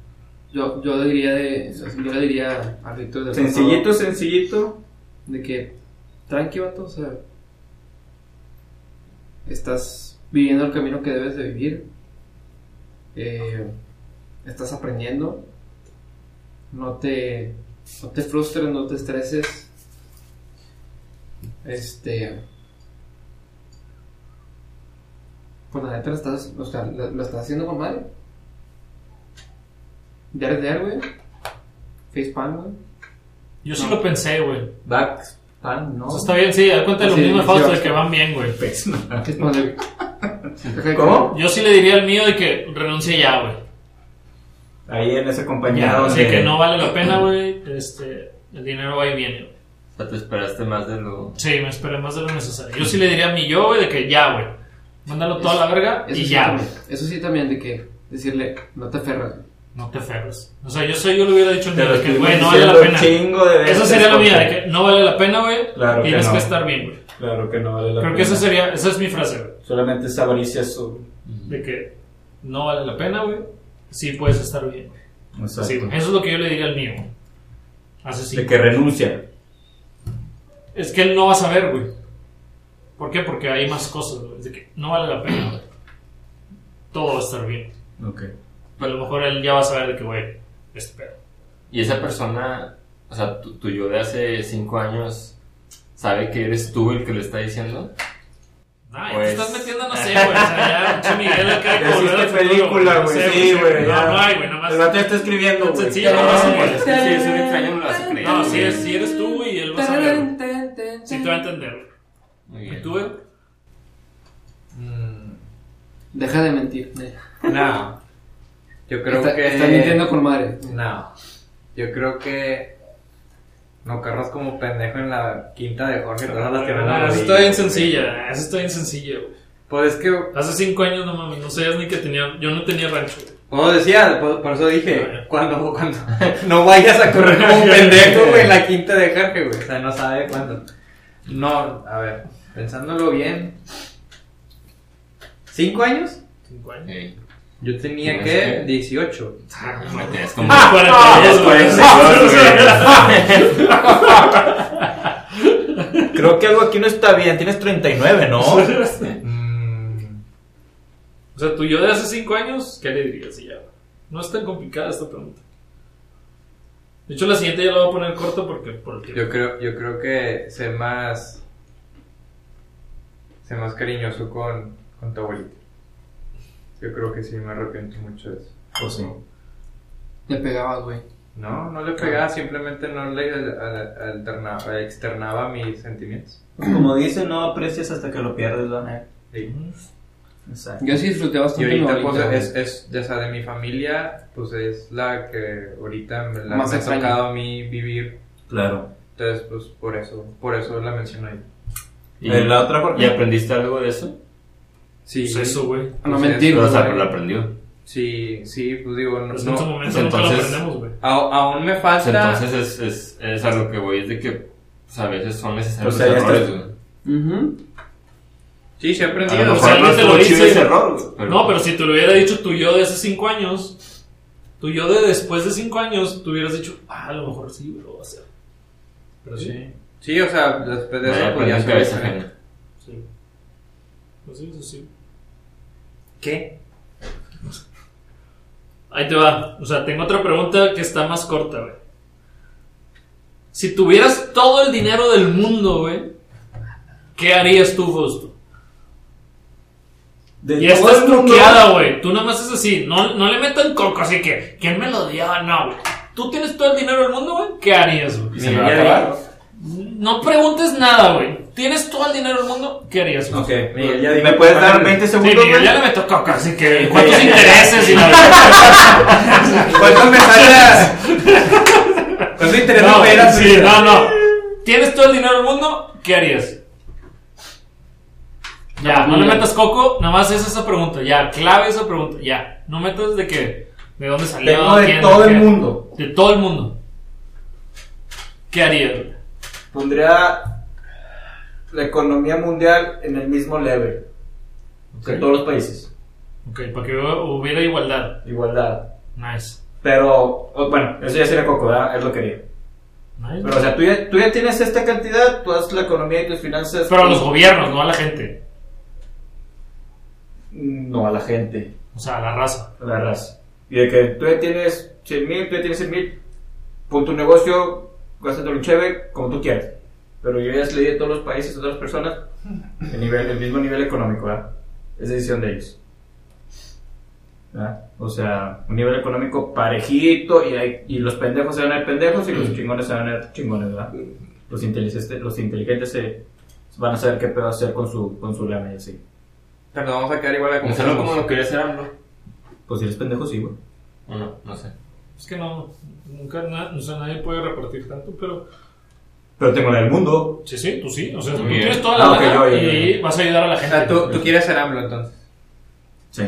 Yo, yo diría de, yo le diría a Víctor del pasado
Sencillito, sencillito.
de que tranqui vato, o sea, estás viviendo el camino que debes de vivir, eh, estás aprendiendo, no te, no te frustres, no te estreses, este, pues la neta lo estás, o sea, lo, lo estás haciendo con madre, Dare Dare, güey, Facepalm, güey,
Yo sí
No.
lo pensé, güey.
Back, pan, no.
O sea, está bien, sí, da cuenta de lo
Sí,
mismo de
sí,
Fausto,
sí.
de que van bien, güey.
[laughs]
Facepalm, güey.
¿Cómo?
Yo sí le diría al mío de que renuncie ya, güey.
Ahí en esa compañía
Ya,
donde.
así que no vale la pena, güey. Este, el dinero va y viene, güey.
O sea, te esperaste más de lo.
Sí, me esperé más de lo necesario. Yo sí le diría a mi yo, güey, de que ya, güey. Mándalo toda la verga
Eso
y
sí
ya, güey.
también, Eso sí también de que decirle, no te aferras.
No te aferres. O sea, yo soy, yo le hubiera dicho al
Te
mío
lo
de que,
estuvimos
güey, no vale la
diciendo
pena.
chingo de veces,
Eso sería la mía, de
porque-
que no vale la pena, güey.
Claro que
Tienes que,
no.
estar bien, güey.
Claro que no vale la
Creo que
pena.
esa sería, esa es mi frase, güey.
Solamente es avaricia su.
De que no vale la pena, güey. Sí puedes estar bien. güey. Sí, güey. eso es lo que yo le diría al mío. güey. Hace sí.
De que renuncia.
Es que él no va a saber, güey. ¿Por qué? Porque hay más cosas, güey. Es de que no vale la pena, güey. Todo va a estar bien.
Ok.
Pero a lo mejor él ya va a saber de que, güey, este pedo.
Y esa persona, o sea, tu, tu yo de hace cinco años, ¿sabe que eres tú el que le está diciendo?
Nah,
Pues-
ya te estás metiendo, no sé, güey. O
[laughs]
sea, ya, pinche Miguel acá
Ya
volver
hiciste
al futuro,
película,
no
güey.
sé,
Sí, güey.
No,
ya.
no hay, güey. Nomás.
El vato ya está escribiendo, güey.
Sencillo, no más
No,
güey.
es que si eres un extraño no lo vas a creer.
No,
güey.
si eres, si eres tú, güey, él va a saber. Si te va a entender.
Muy
¿Y
bien.
tú, güey?
Mm.
Deja de mentir. nena.
No. Yo creo
Está-
que.
Estás mintiendo con madre.
No. Yo creo que. No carras como pendejo en la quinta de Jorge. Todas las que van a
Ah, Eso
morir.
está bien sencilla. Eso está bien sencillo, güey.
Pues es que.
Hace cinco años, no mames, no sabías ni que tenía. Yo no tenía rancho, güey.
Como decía, pues, por, por eso dije. Cuando, cuando. [laughs] No vayas a correr
[laughs]
como un pendejo, güey, en la quinta de Jorge, güey. O sea, no sabe cuándo. No, a ver. Pensándolo bien. ¿Cinco años?
Cinco años.
Sí.
Yo
Tienes
tenía que
que-
18.
Ah, güey, tenías como-
Cuarenta y dos, güey.
Creo que algo aquí no está bien. Tienes 39, ¿no?
[laughs]
O sea, tú y yo de hace 5 años, ¿qué le dirías? Y ya. No es tan complicada esta pregunta. De hecho, la siguiente ya la voy a poner corta porque por el tiempo.
Yo creo, yo creo que sé más. Sé más cariñoso con, con tu abuelita. Yo creo que sí me arrepiento mucho de eso.
Pues sí.
Le pegabas, güey.
No, no le pegaba, simplemente no le al- al- alternaba- externaba mis sentimientos.
Como dice, no aprecias hasta que lo pierdes, ¿verdad?
Sí.
Mm,
Exacto.
Yo sí disfruté
Y
bastante. mi
ahorita, pues,
abuelita,
es, es, ya sea, de mi familia, pues es la que ahorita me, la,
Más
me ha
extraña.
tocado a mí vivir.
Claro.
Entonces, pues por eso, por eso la menciono ahí.
¿Y,
Eh, la otra, ¿por qué?
¿Y aprendiste algo de eso?
Sí,
Pues eso, güey.
güey. No
pues,
mentir,
Pero, o sea,
güey.
pero lo aprendió.
Sí, sí, pues digo, no.
Pues
no-
en su momento
pues
nunca lo
entonces-
aprendemos, güey.
a- aún me
O sea,
falta.
Entonces es, es, es a lo que voy, es de que pues, a veces son necesarios
O sea, ya
los errores,
está-
güey.
sí, se ha
A lo
aprendido.
o
mejor
sea,
no
alguien te lo
estuvo chido
dice.
ese error, güey,
No, pero si te lo hubiera dicho tu yo de hace 5 años, tu yo de después de 5 años, tú hubieras dicho, ah, a lo mejor sí, lo voy a hacer. Pero sí.
Sí, o sea, después de
Nadie
eso, pues
aprende
ya
en
se
cabeza
ve.
ajena.
Sí. Pues sí, eso sí.
¿Qué?
[laughs] Ahí te va. O sea, tengo otra pregunta que está más corta, güey. Si tuvieras todo el dinero del mundo, güey, ¿qué harías tú, Fausto?
De
Y
todo
esta
el
es
mundo-
truqueada, güey. Tú nada más es así. No, no le metan coco, así que, ¿quién me lo dio? No, güey. Tú tienes todo el dinero del mundo, güey. ¿Qué harías, güey?
Y se me va a
Ya
acabar.
digo.
No preguntes nada, güey. Tienes todo el dinero del mundo, ¿qué harías? güey?
Ok,
Miguel, ya dijo-
¿Me puedes dar 20
Sí,
segundos?
Miguel,
güey?
ya le me tocó casi que cuántos
ya, ya.
intereses y la verdad.
¿Cuántos me salen?
¿Cuánto interés
No,
no, me era
sí, no, no. Tienes todo el dinero del mundo, ¿qué harías? Ya, no le metas coco, nada más es esa pregunta, ya, clave esa pregunta, ya. No metas de que, de dónde salió.
Tengo de
quién,
todo el
qué.
mundo.
De todo el mundo. ¿Qué harías?
Pondría la economía mundial en el mismo level que
Ok.
todos los países.
Ok, para que hubiera igualdad.
Igualdad.
Nice.
Pero, o- bueno, eso ya sería coco, ¿verdad? Es lo que haría.
Nice.
Pero, o sea, tú ya, tú ya tienes esta cantidad, tú haces la economía y tus finanzas. pues,
Pero a los gobiernos, no a la gente.
No, a la gente,
O sea, a la raza.
a la raza. Y de que tú ya tienes 100 mil, tú ya tienes 100 mil, pon tu negocio, gástate un cheve, como tú quieras. Pero yo ya les leí a todos los países, a todas las personas, el, nivel, el mismo nivel económico, ¿verdad? Es decisión de ellos. ¿Verdad? O sea, un nivel económico parejito y, hay- y los pendejos se van a ver pendejos y los chingones se van a ver chingones, ¿verdad? Los inteligentes, los inteligentes se van a saber qué pedo hacer con su, con su lana y así.
Pero vamos a quedar igual a como
No sé no,
estamos.
cómo lo quería hacer AMLO.
Pues si eres pendejo, sí, güey.
O no, no sé.
Es que no, nunca, na- o sea, nadie puede repartir tanto, pero...
Pero tengo la del mundo.
Sí, sí, tú sí. O sea, tú
Muy bien.
tienes toda la
Ah, ok,
lana
yo, yo, yo,
y vas a ayudar a la
O
gente.
sea, tú, tú quieres ser AMLO entonces.
Sí.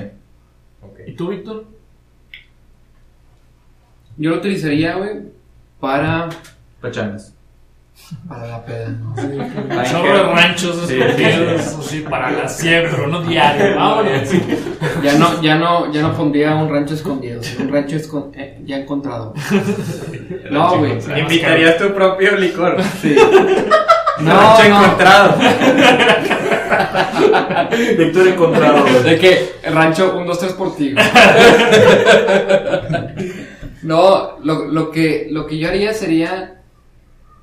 ¿Y tú, Víctor?
Yo lo utilizaría, güey, para.
Pachanas.
Para la peda, ¿no?
[laughs] Sobre ranchos,
Sí,
escondidos, [laughs]
sí,
eso sí, para la siembra, no diario,
[laughs]
vámonos.
Ya no, ya no, ya no pondría un rancho escondido, sino un rancho escon- eh, ya encontrado. No, güey.
Encontrado.
Invitarías tu propio licor.
Sí. No,
Rancho
no.
encontrado.
Víctor encontrado.
De que el rancho 1, 2, 3 por ti. güey. No, lo, lo, que, lo que yo haría sería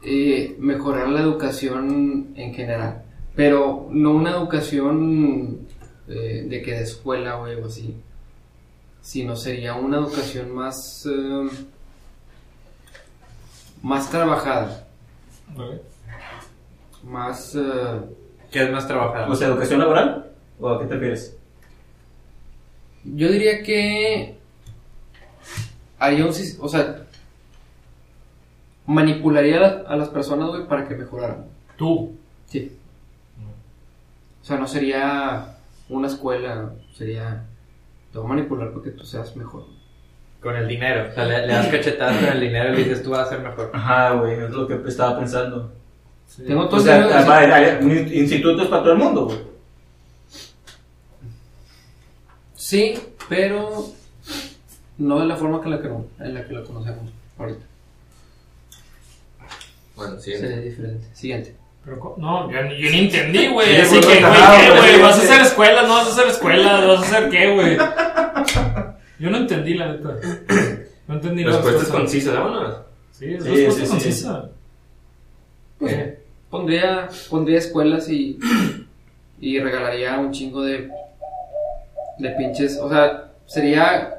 eh, mejorar la educación en general. Pero no una educación eh, de que de escuela güey, o así. Sino sería una educación más. eh, más trabajada. Más. eh,
Que es más trabajado.
O sea, educación laboral. ¿O a qué te refieres?
Yo diría que haría un sis- o sea, manipularía a, la- a las personas, güey, para que mejoraran.
Tú.
Sí. O sea, no sería una escuela, sería te voy a manipular para que tú seas mejor.
con el dinero. O sea, le, le das cachetadas con el dinero y le dices tú vas a ser mejor.
Ajá, güey, es lo que estaba pensando.
Tengo todo
O
el
sea,
dinero, o sea,
va, hay- hay institutos para todo el mundo, güey.
sí, pero no de la forma que la que en la que la conocemos ahorita.
Bueno, sí.
Sería diferente. Siguiente.
Pero, co- no, yo, ni- yo ni entendí, güey.
Sí,
Así
pues,
que, güey,
ajá,
¿qué,
güey,
güey?
sí,
¿Vas a
sí.
hacer escuela? ¿No vas a hacer escuela? ¿Vas a hacer qué, güey? Yo no entendí, la neta. No entendí la
Respuestas
respuesta.
concisas, vámonos.
Sí, es
Sí,
respuesta
sí, sí.
concisa.
Eh, Pondría, pondría escuelas y, y regalaría un chingo de, de pinches. O sea, sería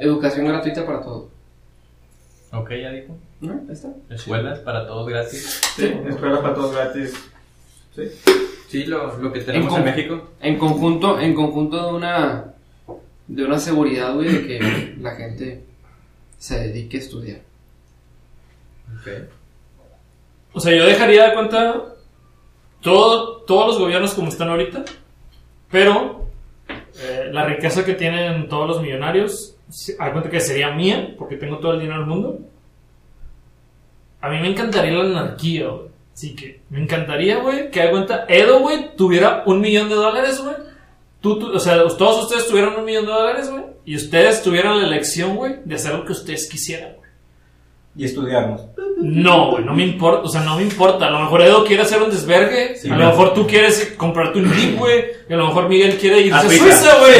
educación gratuita para todos.
Ok, ya dijo.
¿No? Ahí está.
Escuelas para todos gratis.
Sí, escuelas para todos gratis. Sí.
Sí, lo, lo que tenemos en,
con-
México.
En conjunto, en conjunto de una de una seguridad, güey, de que la gente se dedique a estudiar.
O sea, yo dejaría de cuenta todo, todos los gobiernos como están ahorita, pero eh, la riqueza que tienen todos los millonarios, si- haz cuenta que sería mía, porque tengo todo el dinero del mundo. A mí me encantaría la anarquía, güey. Así que me encantaría, güey, que haz cuenta Edo, güey, tuviera un millón de dólares, güey. Tú, tú- o sea, todos ustedes tuvieran un millón de dólares, güey. Y ustedes tuvieran la elección, güey, de hacer lo que ustedes quisieran, güey.
Y estudiarnos.
No, güey, no me importa, o sea, no me importa. A lo mejor Edo quiere hacer un desvergue,
Sí,
a lo
güey.
mejor tú quieres comprarte un jeep, güey, y a lo mejor Miguel quiere irse
A
a
Suiza.
Suiza, güey.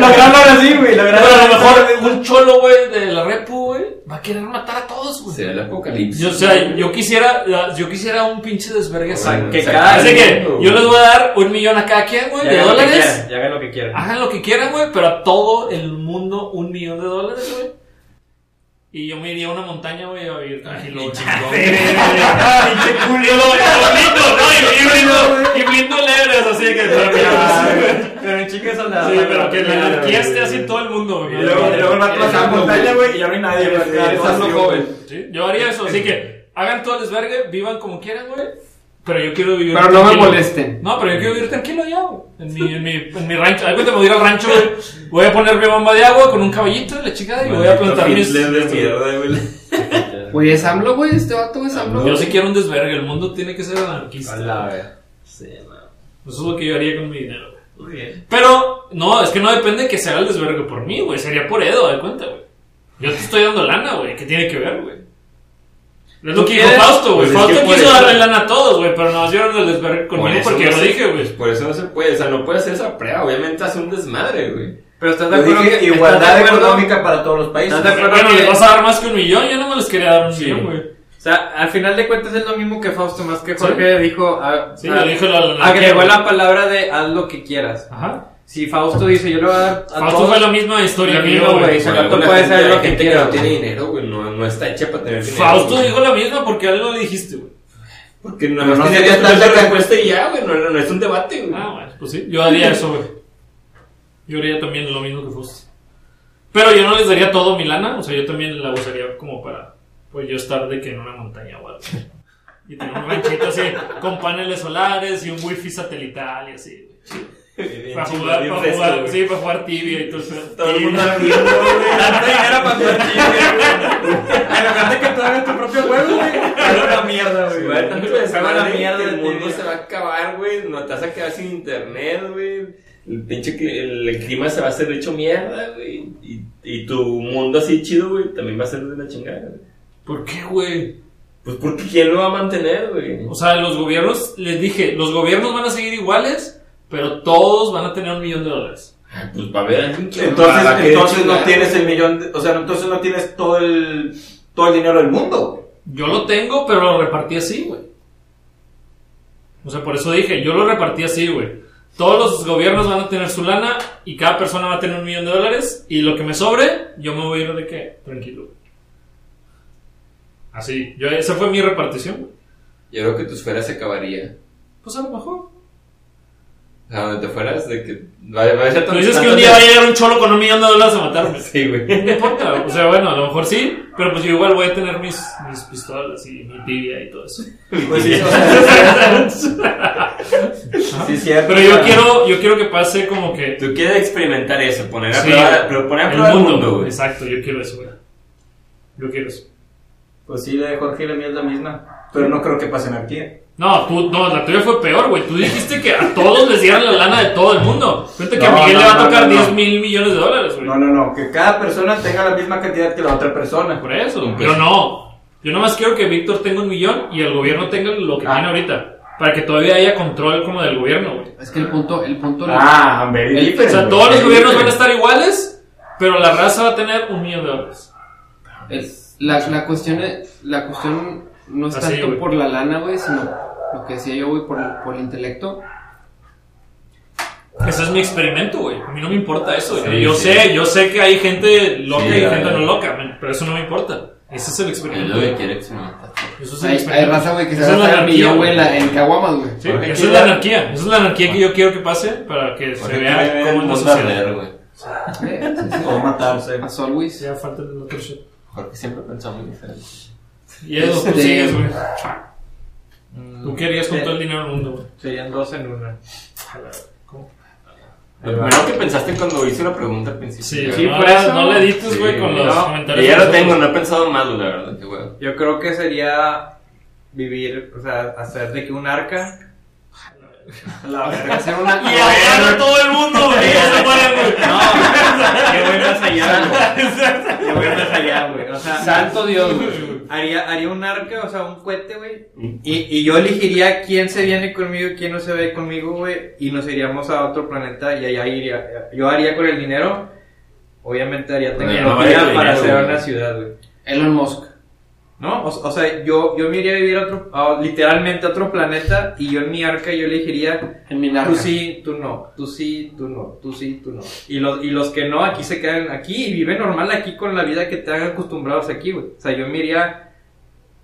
La verdad, ahora sí, güey. La
Pero a lo mejor un cholo, güey, de la repu, güey, va a querer matar a todos, güey.
Será el apocalipsis.
Yo, o sea, yo quisiera, yo quisiera un pinche desvergue así.
Ajá.
que
Exacto.
cada.
Así que
mundo,
yo les voy a dar un millón a cada quien, güey,
Y
de
hagan lo que
dólares.
quieran, y hagan lo que quieran.
Hagan lo que quieran, güey, pero a todo el mundo un millón de dólares, güey. Y yo me iría a una montaña, güey, a vivir tranquilo. güey. [laughs]
[laughs]
¡Qué culero! ¡Qué bonito! ¿no? Y viviendo- Y viviendo el Everest, así que...
Pero en chicas son las.
Sí, pero que la anarquía esté así en todo el mundo,
Y
güey.
luego y luego el vato baja la montaña, güey, y ya no hay nadie. güey.
Estás
Sí,
loco, güey.
Sí, Yo haría eso, así que hagan todo el desvergue, vivan como quieran, güey. Pero yo quiero vivir
Pero no me
tranquilo.
molesten.
No, pero yo quiero vivir tranquilo ya, güey. En mi, en mi, en mi rancho. Ahí me voy a ir al rancho, güey. Voy a poner mi bomba de agua con un caballito de la chingada y voy a plantar mis.
Güey, es AMLO, güey. Este vato güey, es AMLO.
Yo sí quiero un desvergue. El mundo tiene que ser anarquista. Pues
Sí, no.
Eso es lo que yo haría con mi dinero, güey. Pero, no, es que no depende que se haga el desvergue por mí, güey. Sería por Edo, de cuenta, güey. Yo te estoy dando lana, güey. ¿Qué tiene que ver, güey? Es lo que dijo
quieres?
Fausto, güey.
Pues es que
Fausto
por
quiso
eso-
darle lana a todos, güey. Pero nos dieron el desvergue
Por
conmigo
eso
porque yo
no
lo
se-
dije, güey.
Por eso no se puede, o sea, no puede hacer esa prueba. Obviamente hace un desmadre, güey.
Pero estás de
Yo
acuerdo
dije
que
igualdad
¿estás de acuerdo?
económica para todos los países.
¿Estás de acuerdo?
Bueno,
que-
les vas a dar más que un millón. Yo no me les quería dar un millón, güey.
O sea, al final de cuentas es lo mismo que Fausto, más que Jorge dijo. a-
Sí,
a-
le dijo la- la-
agregó la palabra de haz lo que quieras.
Ajá.
Si Fausto dice, yo le voy a dar a
Fausto
todos-
fue la misma historia
Lo
que
mismo,
yo, güey.
güey. Ese
Por
vato
alguna
puede
gente-
hacer lo
hay
que
gente
quiera,
no
güey.
tiene dinero, güey. No, no está hecha para tener dinero.
Fausto
güey.
dijo la misma porque algo le dijiste, güey.
Porque no, no
Pero no
sería
sería
tanta
tanta-
respuesta y ya, güey. No, no, no es un debate, güey.
Ah, bueno, pues sí. Yo haría eso, güey. Yo haría también lo mismo que Fausto. Pero yo no les daría todo mi lana. O sea, yo también la usaría como para, pues yo estar de que en una montaña o algo. Y tener un ranchito así, con paneles solares y un wifi satelital y así, güey. Para jugar, para jugar, sí, para jugar tibia y todo eso.
Todo el mundo viendo, [laughs] güey. Tanto dinero para tu chile, que tú hagas tu propio juego, güey. Es una mierda,
Sí,
güey.
güey, tanto desmadre
la
que
mierda
el
de
mundo
ti,
se va a acabar, güey. No te vas a quedar sin internet, güey. El pinche que el, el clima se va a hacer hecho mierda, güey. Y, y tu mundo así chido, güey, también va a ser de la chingada, güey.
¿Por qué, güey?
Pues porque quién lo va a mantener, güey.
O sea, los gobiernos, les dije, los gobiernos van a seguir iguales, pero todos van a tener un millón de dólares.
Ay, Pues va a haber alguien que
Entonces,
¿para qué
entonces no
chingar,
tienes el
güey?
millón, de- o sea, entonces no tienes todo el todo el dinero del mundo.
Yo lo tengo, pero lo repartí así, güey. O sea, por eso dije, yo lo repartí así, güey. Todos los gobiernos van a tener su lana y cada persona va a tener un millón de dólares y lo que me sobre, yo me voy a ir de qué, tranquilo. Así, yo, esa fue mi repartición. güey.
Yo creo que tu esfera se acabaría.
Pues a lo mejor.
O sea, donde te fueras, de que. Va, va a ser
Pero
tan-
dices que
tanto-
un día va a llegar un cholo con un millón de dólares a matarme.
Sí, güey.
No importa, o sea, bueno, a lo mejor sí, pero pues yo igual voy a tener mis, mis pistolas y mi tibia y todo eso. [laughs]
Pues sí, o sea, [laughs] sí, es cierto.
Pero yo quiero, yo quiero que pase como que...
Tú quieres experimentar eso, poner a
Sí,
prueba, pero poner a
el
prueba el
mundo,
mundo, güey.
Exacto, yo quiero eso, güey. Yo quiero eso.
Pues sí, la de Jorge y la mía es la misma. Pero no creo que pase anarquía.
No, tú, no, la tuya fue peor, güey. Tú dijiste que a todos les dieran la lana de todo el mundo. Fíjate que a
No,
Miguel
no,
le va a
no,
tocar
no, no.
10 mil millones de dólares, güey.
No, no, no. Que cada persona tenga la misma cantidad que la otra persona.
Por eso, pero no. Yo nomás quiero que Víctor tenga un millón y el gobierno tenga lo que
Ah.
tiene ahorita. Para que todavía haya control como del gobierno, güey.
Es que el punto, el punto.
Ah, very
O sea, todos los gobiernos van a estar iguales, pero la raza va a tener un millón de dólares.
Es- la, la cuestión es- la cuestión no es
Así, Ah,
tanto
güey.
por la lana, güey, sino lo que decía yo, güey, por, el- por el intelecto.
Ese es mi experimento, güey. A mí no me importa eso. güey.
Sí,
yo
sí.
sé, yo sé que hay gente loca
Sí,
y
la
gente
verdad.
no loca, men, pero eso no me importa. Ese es el
Es
experimento.
lo que
güey.
quiere experimentar.
Eso es el
Hay, hay
experimento.
raza, güey, que se
Esa es
va a
la
gastar
anarquía,
millón,
güey.
güey, en la- en caguamas, güey.
Sí,
Porque
esa es la
quiere-
anarquía. Esa es la anarquía que yo quiero que pase para que se
Porque
vea
quiere
cómo es
el
la
mundo arder,
sociedad.
güey.
Sí, sí, sí.
O matarse.
A Sol, güey.
Ya falta el otro shot.
Jorge siempre pensó muy diferente.
Y eso tú
Este-
sigues, güey.
mm,
Tú querías con todo el dinero del mundo, güey.
Serían dos en una.
Ojalá, ¿Cómo?
Lo primero que pensaste cuando hice la pregunta al principio.
Sí,
güey.
Sí,
no,
por eso-
no le edites,
Sí,
güey, con los
no,
comentarios.
y ya
de
lo
nosotros.
tengo, no he pensado más, la verdad, qué huevo.
Yo creo que sería vivir, o sea, hacer de que un arca.
La verga.
Hacer una.
Y ahorrar a todo el
[laughs]
mundo, güey. ya se mueren, güey.
Yo voy más allá,
[laughs]
güey. Yo voy más allá, güey. O sea,
Santo Dios, güey.
haría, haría un arca, o sea, un cohete, güey. Y, y yo elegiría quién se viene conmigo y quién no se ve conmigo, güey. Y nos iríamos a otro planeta y allá iría. Yo haría con el dinero. Obviamente haría
Bueno,
tecnología
no vale el
para
dinero,
hacer
güey.
una ciudad, güey.
Elon Musk.
¿No? O, o sea, yo, yo me iría a vivir a otro, a- literalmente a otro planeta y yo en mi arca yo elegiría
En mi
tú
narca.
Pues sí, tú no, tú sí, tú no, tú sí, tú no. Y los, y los que no, aquí se quedan aquí y viven normal aquí con la vida que te hagan acostumbrados aquí, güey. O sea, yo me iría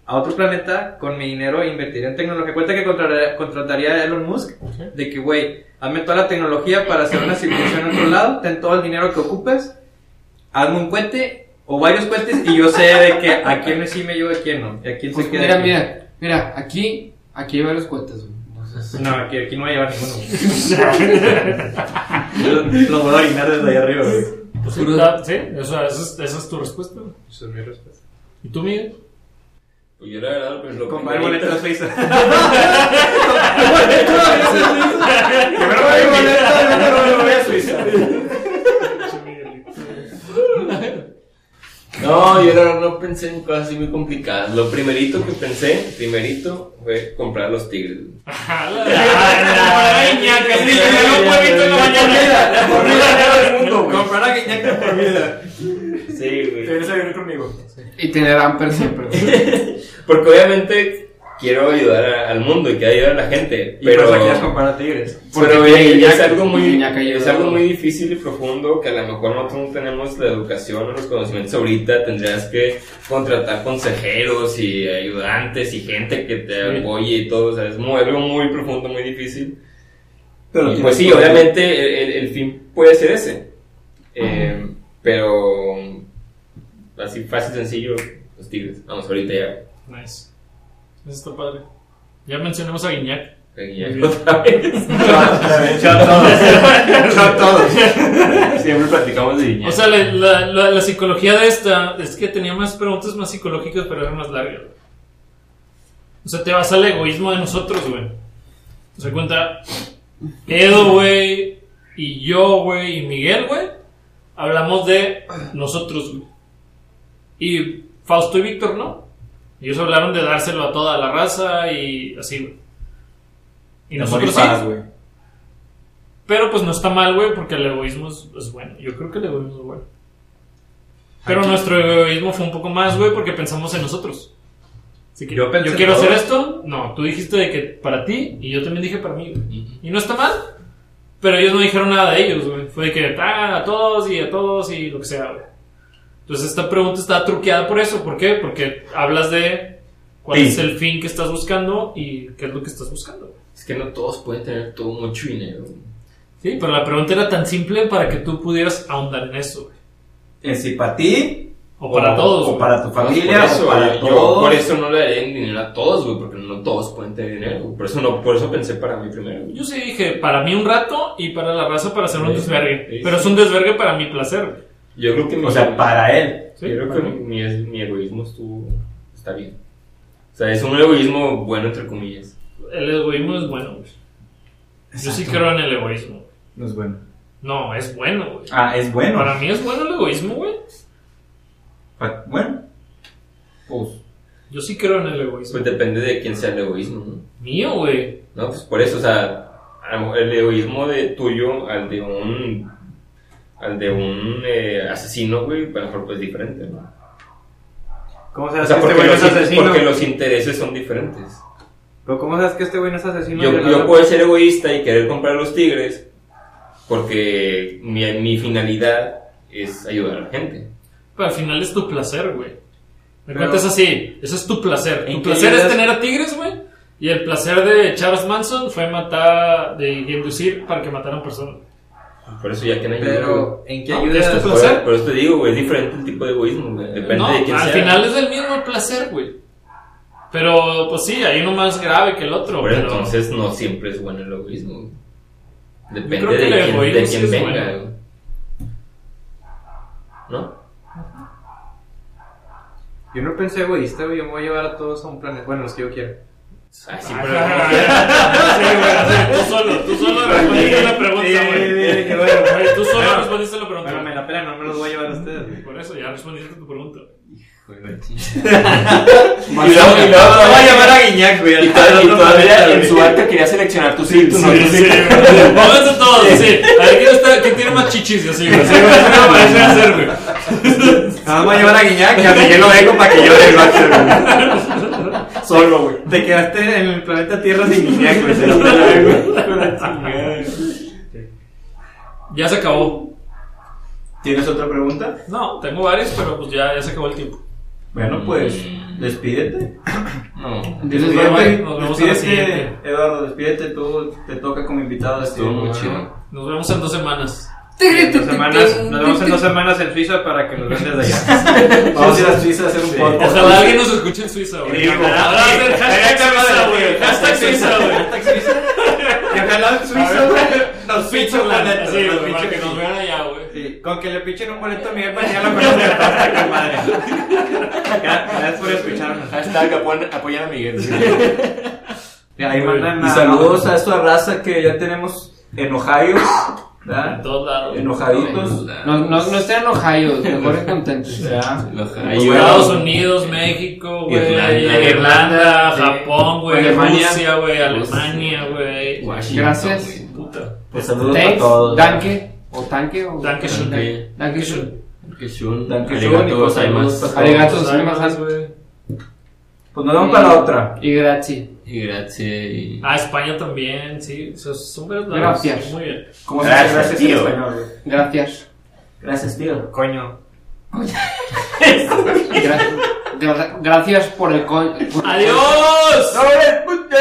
a otro planeta con mi dinero e invertiría en tecnología. Cuenta que contrataría, contrataría a Elon Musk de que, güey, hazme toda la tecnología para hacer una civilización en otro lado, ten todo el dinero que ocupes hazme un cohete o varios cohetes y yo sé de que a quién sí me llevo y a quién no. Y a quién
Pues
se queda.
mira,
aquí.
mira, mira, aquí, aquí hay varios cohetes, güey. Entonces,
No, aquí, aquí no voy a llevar ninguno. [laughs] Los voy a orinar desde allá arriba, [laughs] güey.
Pues sí, está- sí, o sea, esa es, esa es tu respuesta. güey.
Eso es mi respuesta.
¿Y tú, Miguel?
Pues yo la verdad, pues lo
Compadre,
primerito-
boleta de la Suiza.
Primero voy a Boleta, luego me voy a Suiza.
No, yo la verdad no pensé en cosas así muy complicadas. Lo primerito que pensé, primerito, fue comprar los tigres. güey.
Ay, ñaca, sí, le dio un huevito en la mañana.
La comida del mundo,
Comprar a Guiñac por vida.
Sí,
Te
güey.
vienes a vivir conmigo.
y tener Amper siempre, [laughs] güey.
Porque obviamente quiero ayudar a- al mundo y quiero ayudar a la gente.
Y
Pero,
por eso quieres comprar a Tigres.
pero
Porque
eh,
ya-
es, algo muy,
ya cayó.
es algo muy difícil y profundo que a lo mejor nosotros no tenemos la educación o los conocimientos ahorita. Tendrías que contratar consejeros y ayudantes y gente que te apoye y todo. O sea, es muy- algo muy profundo, muy difícil. Y, pues sí, obviamente el, el- el fin puede ser ese. Eh, pero así fácil, sencillo, los Tigres. Vamos, ahorita ya.
Nice. Eso está padre. Ya mencionamos a Guiñac.
Ya,
Muy bien.
otra [laughs] vez.
Chao a todos. Chao a todos.
Siempre platicamos de niña.
O sea, la, la- la- la psicología de esta es que tenía más preguntas más psicológicas, pero eran más largas. güey. O sea, te vas al egoísmo de nosotros, güey. O sea, cuenta Edo, güey, y yo, güey, y Miguel, güey. Hablamos de nosotros, güey. Y Fausto y Víctor, ¿no? Ellos hablaron de dárselo a toda la raza y así, güey. Y nosotros sí.
güey.
Pero pues no está mal, güey, porque el egoísmo es, es bueno. Yo creo que el egoísmo es bueno. Pero nuestro egoísmo fue un poco más, güey, porque pensamos en nosotros. Así que
Yo
yo,
pensé
quiero
en
hacer
todos.
esto. No, tú dijiste de que para ti y yo también dije para mí, güey. Y no está mal. Pero ellos no dijeron nada de ellos, güey. Fue de que ah, a todos y a todos y lo que sea, güey. Entonces esta pregunta está truqueada por eso. ¿Por qué? Porque hablas de cuál
Sí.
es el fin que estás buscando y qué es lo que estás buscando. güey.
Es que no todos pueden tener todo mucho dinero.
Sí, pero la pregunta era tan simple para que tú pudieras ahondar en eso, güey.
Es si Eh, para ti,
O para todos,
o
güey.
para tu familia,
por eso, eh.
o para
yo,
todos.
por eso no le daría dinero a todos, güey, porque no todos pueden tener dinero. güey. Por eso no, por eso pensé para mí primero. güey.
Yo sí dije, para mí un rato y para la raza para hacer un
Sí,
desvergue.
sí, sí.
Pero es un desvergue para mi placer, güey.
Yo creo que mi-
O sea, para él.
Sí,
yo creo
para
que
mí.
mi, mi egoísmo estuvo está bien. O sea, es un egoísmo bueno entre comillas.
El egoísmo es bueno, güey. Yo sí creo en el egoísmo. güey.
No es bueno.
No, es bueno, güey.
Ah, es bueno.
Para mí es bueno el egoísmo, güey.
Pa- Bueno. Pues.
Yo sí creo en el egoísmo.
Pues depende de quién sea el egoísmo, ¿no?
Mío, güey.
No, pues por eso, o sea, a lo mejor el egoísmo de tuyo al de un al de un eh, asesino, güey, a lo mejor pues diferente, ¿no?
¿Cómo
O
sabes
sea,
que este
porque
güey
los,
no es
in-
asesino?
porque los intereses son diferentes.
Pero ¿cómo sabes que este güey no es asesino?
Yo,
violador?
yo puedo ser egoísta y querer comprar los tigres porque mi, mi finalidad es ayudar a la gente.
Pero al final es tu placer, güey. Me
Pero-
cuentas así. Ese es tu placer.
¿En
Tu
qué
placer es
llegas?
tener a tigres, güey. Y el placer de Charles Manson fue matar, de inducir para que mataran personas.
Por eso ya que no ayuda, güey.
Pero ¿en qué
No,
ayuda?
es tu
Por,
placer.
por eso te digo, güey, es diferente el tipo de egoísmo, güey. Depende
No,
de quién
al
sea.
final es el mismo placer, güey. Pero, pues sí, hay uno más grave que el otro.
Pero
pero-
entonces no siempre es bueno el egoísmo. güey. Depende
creo que
de
la
quién,
heroína
de
sí
quién
es
venga,
buena.
güey. ¿No?
Yo no pensé egoísta, güey. Yo me voy a llevar a todos a un planeta. Bueno, los que yo quiera.
Ay, sí, pero-
Ah, [laughs] güey, tú solo, tú solo respondiste la pregunta,
Eh,
güey. Güey, Tú solo respondiste la
Bueno, me
pregunta.
la pela, no me los voy a llevar a ustedes. güey.
Por eso ya respondiste tu pregunta.
Pues, [laughs]
Y luego- y luego-
voy a llevar a Guiñac, güey.
Y
al
todavía, y
otro
todavía
planeta,
en su
güey.
arte quería seleccionar tu sí, tu no, tu sí.
Pónganse todos, sí. A ver quién, está, quién tiene más chichis, y así, güey. Así, güey, así me parece hacer, güey.
Ah, Vamos a llevar a Guiñac.
Y a Miguel lo dejo para que yo le lo
Solo, güey.
Te quedaste en el planeta Tierra sin Guiñac, güey.
Ya se acabó.
¿Tienes otra pregunta?
No, tengo varios, pero pues ya, ya se acabó el tiempo.
Bueno, pues, despídete.
No,
Dices, bye, bye, nos vemos a la siguiente.
Despídete, Eduardo, despídete. Tú te toca como invitado.
estuvo muy
decir,
chido.
Nos vemos en dos semanas.
En dos semanas, nos vemos en dos [laughs] semanas en Suiza para que nos vean desde allá.
Vamos a ir a Suiza a hacer un podcast.
Ojalá alguien nos escuche en Suiza, güey.
Sí, ojalá.
Ahora va a ser hashtag Suiza, güey. Hashtag Suiza, güey.
[laughs] Y ojalá en Suiza, güey, nos
Pinche
pinche un planeta.
planeta, sí,
nos
güey,
pinche
para que nos
aquí.
vean allá, güey.
Sí, Con que le pinchen un boleto a Miguel para [laughs] ya lo conocen. Hasta que madre. Gra- Gracias por escucharnos.
Hashtag apoyan, apoyan a Miguel.
Ahí mandan
Y
a-
saludos a esta raza que ya tenemos en Ohio,
En
¿verdad?
todos lados.
Enojaditos.
No, no, no estén enojados, mejor contentos.
Ya.
Los
Estados
ayudados.
Unidos, México, güey,
Irlanda,
Irlanda,
sí.
Japón, güey, Pues,
Alemania.
Rusia, güey, Alemania, güey.
Washington,
Gracias.
güey.
Puta.
Pues saludos a
Thanks,
todos.
danke, o tanque, o...
Dankeschön.
Dan- Dankeschön.
Que shun,
Danke schön,
arigato,
y pues,
gozaimasu.
saludos para todos.
Arigato, gozaimasu.
Pues nos vemos para otra.
Y grazie.
Y gracias. y-
Ah, España también, sí. o sea, son varios lados.
Gracias.
sí, Muy bien.
Como
Gracias,
siempre, gracias en
tío.
español, güey.
Gracias.
Gracias, tío.
Coño.
Gra- gra- gracias por el... co-
¡Adiós!
¡Sobre el puto!